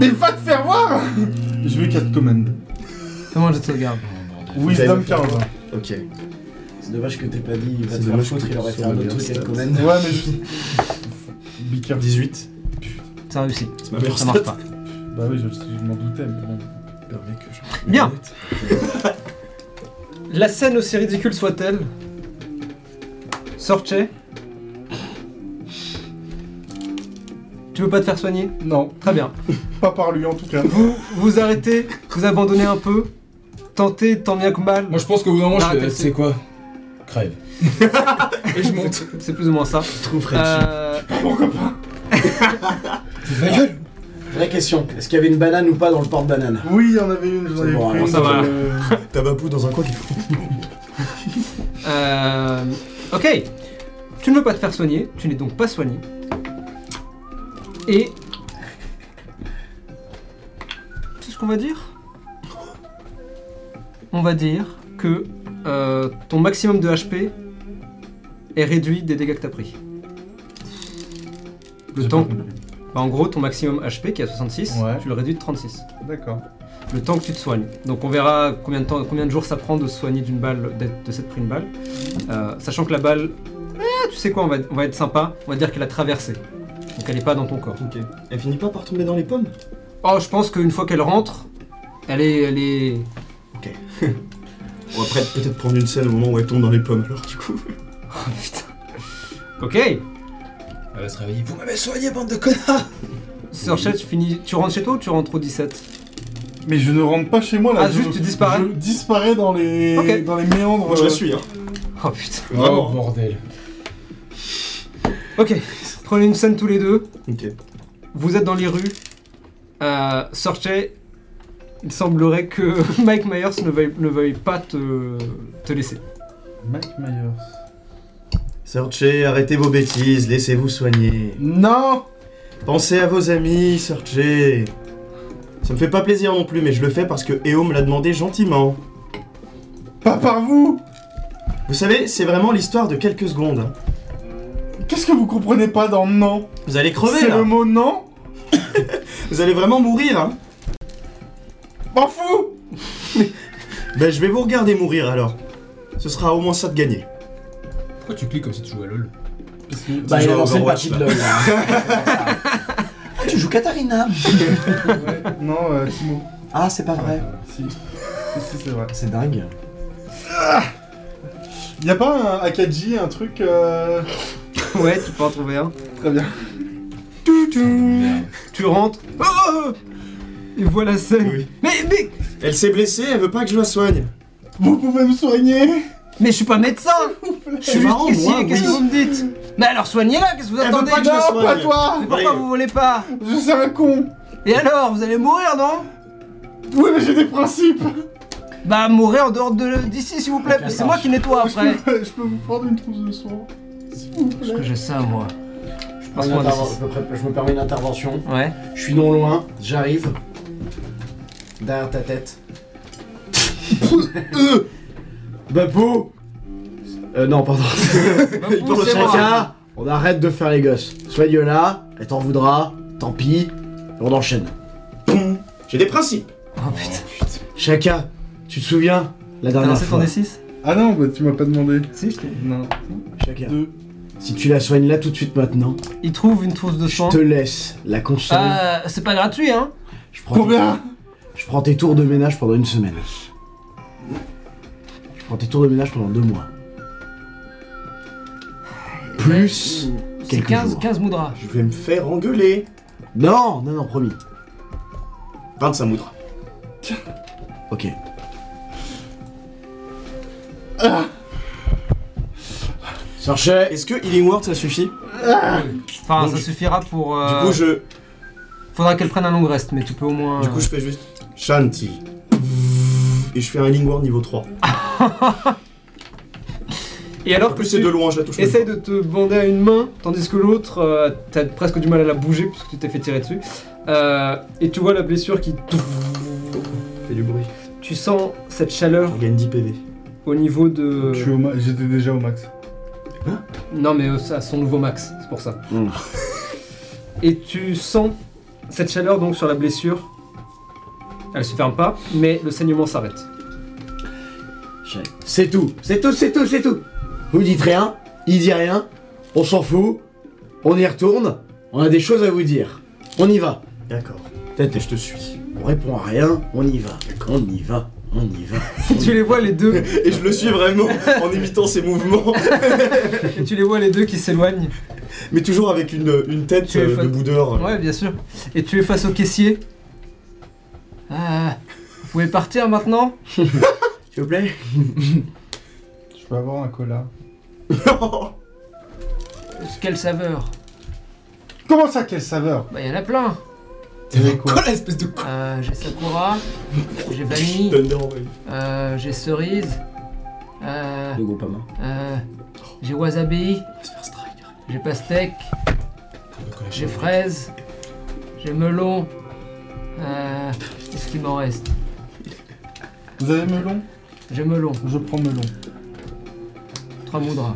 Speaker 2: Mais va te faire voir Je vais 4 commandes.
Speaker 1: Fais-moi un jet de sauvegarde.
Speaker 2: Wisdom 15.
Speaker 3: Ok.
Speaker 5: C'est dommage que t'aies pas dit, va
Speaker 3: C'est
Speaker 5: te faire
Speaker 3: dommage
Speaker 5: foutre,
Speaker 3: que
Speaker 5: il aurait
Speaker 3: tu
Speaker 5: fait un
Speaker 3: sois
Speaker 5: autre
Speaker 3: bien,
Speaker 5: truc
Speaker 3: c'est
Speaker 5: avec
Speaker 3: ça.
Speaker 5: Conan.
Speaker 2: Ouais, mais juste. Bicker
Speaker 3: 18.
Speaker 1: Ça réussit.
Speaker 3: C'est ma meilleure
Speaker 1: Ça marche
Speaker 3: stat.
Speaker 1: pas.
Speaker 2: Bah oui, je, je m'en doutais, mais bon.
Speaker 3: Permet que je-
Speaker 1: Bien. La scène, aussi ridicule soit-elle, Sorche. Tu veux pas te faire soigner
Speaker 2: Non,
Speaker 1: Très bien.
Speaker 2: pas par lui en tout cas.
Speaker 1: Vous vous arrêtez, vous abandonnez un peu, tentez tant bien que mal.
Speaker 4: Moi je pense qu'au bout d'un moment,
Speaker 1: Arrêtez
Speaker 4: je
Speaker 1: le
Speaker 4: fais,
Speaker 1: film.
Speaker 4: c'est quoi Crève.
Speaker 1: et je monte. C'est plus ou moins ça.
Speaker 3: Je trouve
Speaker 1: Euh,
Speaker 4: Ma gueule
Speaker 5: Vraie question, est-ce qu'il y avait une banane ou pas dans le porte-banane
Speaker 2: Oui, il y en avait une, j'en
Speaker 5: C'est
Speaker 2: avais
Speaker 5: bon,
Speaker 2: pris
Speaker 5: alors
Speaker 2: une,
Speaker 1: ça va.
Speaker 2: euh,
Speaker 3: Tabapou dans un coin qui
Speaker 1: euh, ok. Tu ne veux pas te faire soigner, tu n'es donc pas soigné. Et. C'est ce qu'on va dire On va dire que euh, ton maximum de HP est réduit des dégâts que t'as pris. Le
Speaker 2: J'ai
Speaker 1: temps.
Speaker 2: pas compris.
Speaker 1: Bah, en gros, ton maximum HP qui est à 66,
Speaker 2: Ouais.
Speaker 1: tu le réduis de 36.
Speaker 2: D'accord.
Speaker 1: le temps que tu te soignes. Donc on verra combien de, temps, combien de jours ça prend de se soigner d'une balle, d'être- de s'être pris une balle. Euh, sachant que la balle, eh, tu sais quoi, on va, on va être sympa, on va dire qu'elle a traversé. Donc elle n'est pas dans ton corps.
Speaker 3: Ok. Elle finit pas par tomber dans les pommes
Speaker 1: Oh, je pense qu'une fois qu'elle rentre, elle est, elle est...
Speaker 3: On va peut-être- peut-être prendre une scène au moment où elle tombe dans les pommes, alors du coup.
Speaker 1: Oh, putain. Ok,
Speaker 4: Elle va se réveiller. Vous m'avez soigné, bande de
Speaker 6: Oh,
Speaker 4: connards
Speaker 1: Sœur Chet, tu, finis... tu rentres chez toi ou tu rentres au 17
Speaker 2: Mais je ne rentre pas chez moi là.
Speaker 1: Ah,
Speaker 2: je-
Speaker 1: juste, tu disparais
Speaker 2: Je disparais dans les,
Speaker 1: Ok.
Speaker 2: dans les méandres.
Speaker 3: Moi, je la
Speaker 2: euh,
Speaker 3: suis, hein.
Speaker 1: Oh putain.
Speaker 3: ah,
Speaker 4: Oh
Speaker 3: Vraiment.
Speaker 4: bordel.
Speaker 1: Ok, prenez une scène tous les deux.
Speaker 3: Ok.
Speaker 1: Vous êtes dans les rues. Euh, sortez. Il semblerait que Mike Myers ne veuille, ne veuille pas te, te laisser.
Speaker 2: Mike Myers.
Speaker 3: Searchez, arrêtez vos bêtises, laissez-vous soigner.
Speaker 2: Non
Speaker 3: Pensez à vos amis, searchez. Ça me fait pas plaisir non plus, mais je le fais parce que Eo me l'a demandé gentiment.
Speaker 2: Pas par vous
Speaker 3: Vous savez, c'est vraiment l'histoire de quelques secondes. hein.
Speaker 2: Qu'est-ce que vous comprenez pas dans non
Speaker 3: Vous allez crever
Speaker 2: C'est
Speaker 3: là
Speaker 2: le mot non
Speaker 3: Vous allez vraiment mourir hein
Speaker 2: M'en fous
Speaker 3: Ben je vais vous regarder mourir alors. Ce sera au moins ça de gagner.
Speaker 4: Pourquoi tu cliques comme si tu jouais à LoL
Speaker 5: Bah, il a
Speaker 3: genre
Speaker 5: lancé une
Speaker 3: Overwatch,
Speaker 5: partie de LoL. là. Ah, tu joues Katarina
Speaker 2: Non, euh, Timo.
Speaker 5: Ah, c'est pas vrai.
Speaker 2: Si. si, si, c'est vrai.
Speaker 5: C'est dingue.
Speaker 2: Y a pas un Akaji, un truc. euh,
Speaker 1: Ouais, tu peux en trouver un.
Speaker 2: Très bien.
Speaker 1: Tu rentres. Oh Il voit la scène.
Speaker 3: Oui.
Speaker 1: Mais, mais,
Speaker 3: Elle s'est blessée, elle veut pas que je la soigne.
Speaker 2: Vous pouvez me soigner
Speaker 1: mais je suis pas médecin Je suis juste
Speaker 3: marrant,
Speaker 1: caissier,
Speaker 3: moi,
Speaker 1: qu'est-ce que
Speaker 3: oui.
Speaker 1: vous me dites Mais alors soignez-la, qu'est-ce que vous
Speaker 3: Elle veut
Speaker 1: attendez
Speaker 3: pas que je
Speaker 2: Non,
Speaker 3: la soigne.
Speaker 2: pas toi
Speaker 1: Mais pourquoi
Speaker 3: Oui.
Speaker 1: vous voulez pas
Speaker 2: Je suis un con
Speaker 1: Et alors, vous allez mourir, non
Speaker 2: Oui, mais j'ai des principes
Speaker 1: Bah, mourir en dehors de d'ici, s'il vous plaît, parce que c'est moi qui nettoie
Speaker 2: je,
Speaker 1: après
Speaker 2: peux, je peux vous prendre une trousse de soins S'il vous plaît.
Speaker 1: Parce que j'ai ça, moi. Je
Speaker 5: Une
Speaker 1: pense moi
Speaker 5: interven- à peu près- Je me permets une intervention.
Speaker 1: Ouais.
Speaker 5: Je suis non loin, j'arrive. Derrière ta tête. Euh, Babou Euh, non, pardon.
Speaker 1: Babou, c'est moi.
Speaker 5: Chacun, on arrête de faire les gosses. Soigne-la, elle t'en voudra, tant pis, et on enchaîne.
Speaker 3: Poum. J'ai des principes.
Speaker 1: Oh putain.
Speaker 5: Chacun, tu te souviens la
Speaker 1: T'as
Speaker 5: dernière
Speaker 1: lancé ton
Speaker 5: fois
Speaker 1: D6
Speaker 2: Ah non, bah tu m'as pas demandé.
Speaker 1: Si, je t'ai
Speaker 2: Non.
Speaker 5: Chacun.
Speaker 2: Deux.
Speaker 5: Si tu la soignes là tout de suite maintenant,
Speaker 1: Il trouve une trousse de
Speaker 5: je
Speaker 1: sang.
Speaker 5: te laisse la console.
Speaker 1: Euh, c'est pas gratuit, hein
Speaker 5: je, prends
Speaker 2: Ah, Combien
Speaker 5: tes, je prends tes tours de ménage pendant une semaine. Je prends tes tours de ménage pendant deux mois. Plus.
Speaker 1: C'est
Speaker 5: Quelques
Speaker 1: 15,
Speaker 5: jours.
Speaker 1: 15 moudras.
Speaker 3: Je vais me faire engueuler.
Speaker 5: Non, non, non, promis.
Speaker 3: 25 moudras.
Speaker 5: Ok. Sorchet
Speaker 3: Est-ce que Healing Word ça suffit
Speaker 1: Enfin,
Speaker 3: Donc,
Speaker 1: ça
Speaker 3: je-
Speaker 1: suffira pour... euh,
Speaker 3: Du coup je.
Speaker 1: Faudra qu'elle prenne un long rest, mais tu peux au moins...
Speaker 3: Du coup je fais juste. Shanti. Et je fais un Healing Word niveau 3.
Speaker 1: Et alors
Speaker 3: En
Speaker 1: que
Speaker 3: plus c'est de
Speaker 1: tu
Speaker 3: loin, je la touche. même
Speaker 1: essayes de te bander à une main, tandis que l'autre, euh, t'as presque du mal à la bouger puisque tu t'es fait tirer dessus. Euh, et tu vois la blessure qui.
Speaker 3: Fait du bruit.
Speaker 1: Tu sens cette chaleur
Speaker 3: On gagne 10 PV.
Speaker 1: au niveau de.
Speaker 2: Je suis au ma- J'étais déjà au max.
Speaker 1: Non, mais euh, à son nouveau max, c'est pour ça.
Speaker 3: Hmm.
Speaker 5: Mm.
Speaker 1: Et tu sens cette chaleur donc sur la blessure. Elle se ferme pas, mais le saignement s'arrête.
Speaker 5: J'ai- C'est tout, c'est tout, c'est tout, c'est tout. Vous dites rien, il dit rien, on s'en fout, on y retourne, on a des choses à vous dire. On y va.
Speaker 3: D'accord.
Speaker 5: Peut-être
Speaker 3: Je te suis.
Speaker 5: on répond à rien, on y va. On y va, on y va.
Speaker 1: tu les vois les deux,
Speaker 3: Et je le suis vraiment en imitant ses mouvements,
Speaker 1: et tu les vois les deux qui s'éloignent.
Speaker 3: mais toujours avec une, une tête
Speaker 1: Tu es
Speaker 3: euh, de
Speaker 1: fan-
Speaker 3: boudeur.
Speaker 1: Ouais, bien sûr. Et tu es face au caissier. Ah, vous pouvez partir maintenant
Speaker 5: S'il vous plaît
Speaker 2: Je peux avoir un cola.
Speaker 1: Quelle saveur
Speaker 2: Comment ça, quelle saveur
Speaker 1: Bah, il y en a plein.
Speaker 2: C'est quoi
Speaker 6: espèce de con
Speaker 1: Euh, j'ai sakura, j'ai vanille,
Speaker 3: Thunder Wave.
Speaker 1: euh, j'ai cerise, euh,
Speaker 5: Le groupe à main.
Speaker 1: euh, j'ai wasabi, j'ai pastèque, j'ai fraise, j'ai melon. Euh, Qu'est-ce qu'il m'en reste
Speaker 2: Vous avez melon
Speaker 1: J'ai melon,
Speaker 2: Je prends melon.
Speaker 1: trois moudras.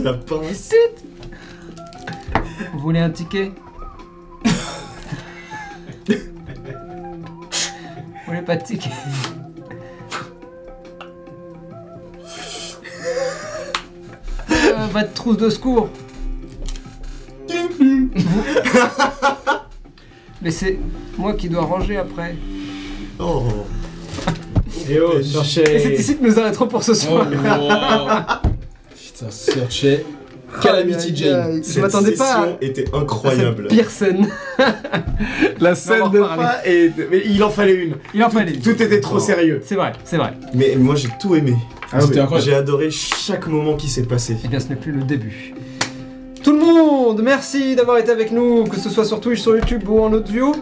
Speaker 3: La pince.
Speaker 1: Vous voulez un ticket Vous voulez pas de ticket Euh, Votre trousse de secours Vous- Mais c'est moi qui dois ranger après.
Speaker 3: Oh.
Speaker 4: Eh oh,
Speaker 1: Et c'est
Speaker 4: cherchez
Speaker 1: ici que nous arrêterons pour ce
Speaker 6: Oh,
Speaker 1: soir.
Speaker 6: wow. Putain, searcher. Calamity Jane.
Speaker 1: Je m'attendais pas à-
Speaker 3: session était
Speaker 1: à cette
Speaker 3: incroyable.
Speaker 1: pire scène.
Speaker 4: La
Speaker 1: On va en
Speaker 4: scène de
Speaker 1: reparler.
Speaker 4: fin et Mais il en fallait une.
Speaker 1: Il en fallait. une.
Speaker 4: Tout était trop sérieux.
Speaker 1: C'est vrai, c'est vrai.
Speaker 3: Oh. Mais moi j'ai tout aimé.
Speaker 6: Ah C'était oui. incroyable.
Speaker 3: J'ai adoré chaque moment qui s'est passé.
Speaker 1: Eh bien, ce n'est plus le début. Tout le monde, merci d'avoir été avec nous, que ce soit sur Twitch, sur YouTube ou en audio.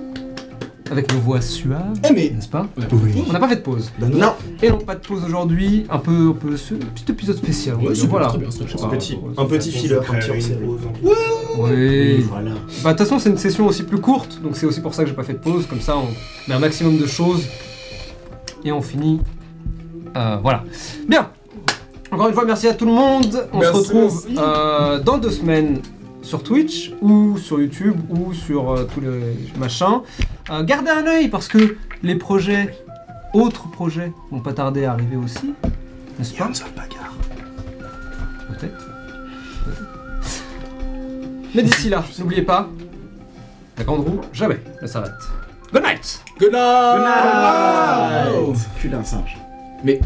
Speaker 1: Avec nos voix suaves,
Speaker 6: Eh mais
Speaker 1: n'est-ce pas
Speaker 3: Oui.
Speaker 1: On n'a pas fait de pause.
Speaker 3: Bah
Speaker 5: Non
Speaker 1: Et non, pas de pause aujourd'hui, un peu, un peu ce- un petit épisode spécial. on va
Speaker 6: Ouais,
Speaker 1: dire.
Speaker 6: c'est
Speaker 1: voilà.
Speaker 6: très bien, c'est très bien.
Speaker 1: Ah,
Speaker 3: Un petit,
Speaker 1: ouais,
Speaker 3: un petit
Speaker 1: c'est
Speaker 3: filler, un petit hors série.
Speaker 1: Oui.
Speaker 5: Voilà.
Speaker 1: Bah, de toute façon, c'est une session aussi plus courte, donc c'est aussi pour ça que j'ai pas fait de pause. Comme ça, on met un maximum de choses et on finit. Euh, voilà. Bien. Encore une fois, merci à tout le monde. On
Speaker 6: Merci,
Speaker 1: se retrouve
Speaker 6: merci.
Speaker 1: euh, dans deux semaines sur Twitch ou sur YouTube ou sur euh, tous les machins. Euh, gardez un œil parce que les projets, autres projets, vont pas tarder à arriver aussi, n'est-ce pas Peut-être. Peut-être. Mais d'ici là, n'oubliez pas, la grande roue jamais ne s'arrête. Good night
Speaker 6: Good night
Speaker 5: Oh, Cul d'un singe.
Speaker 6: Mais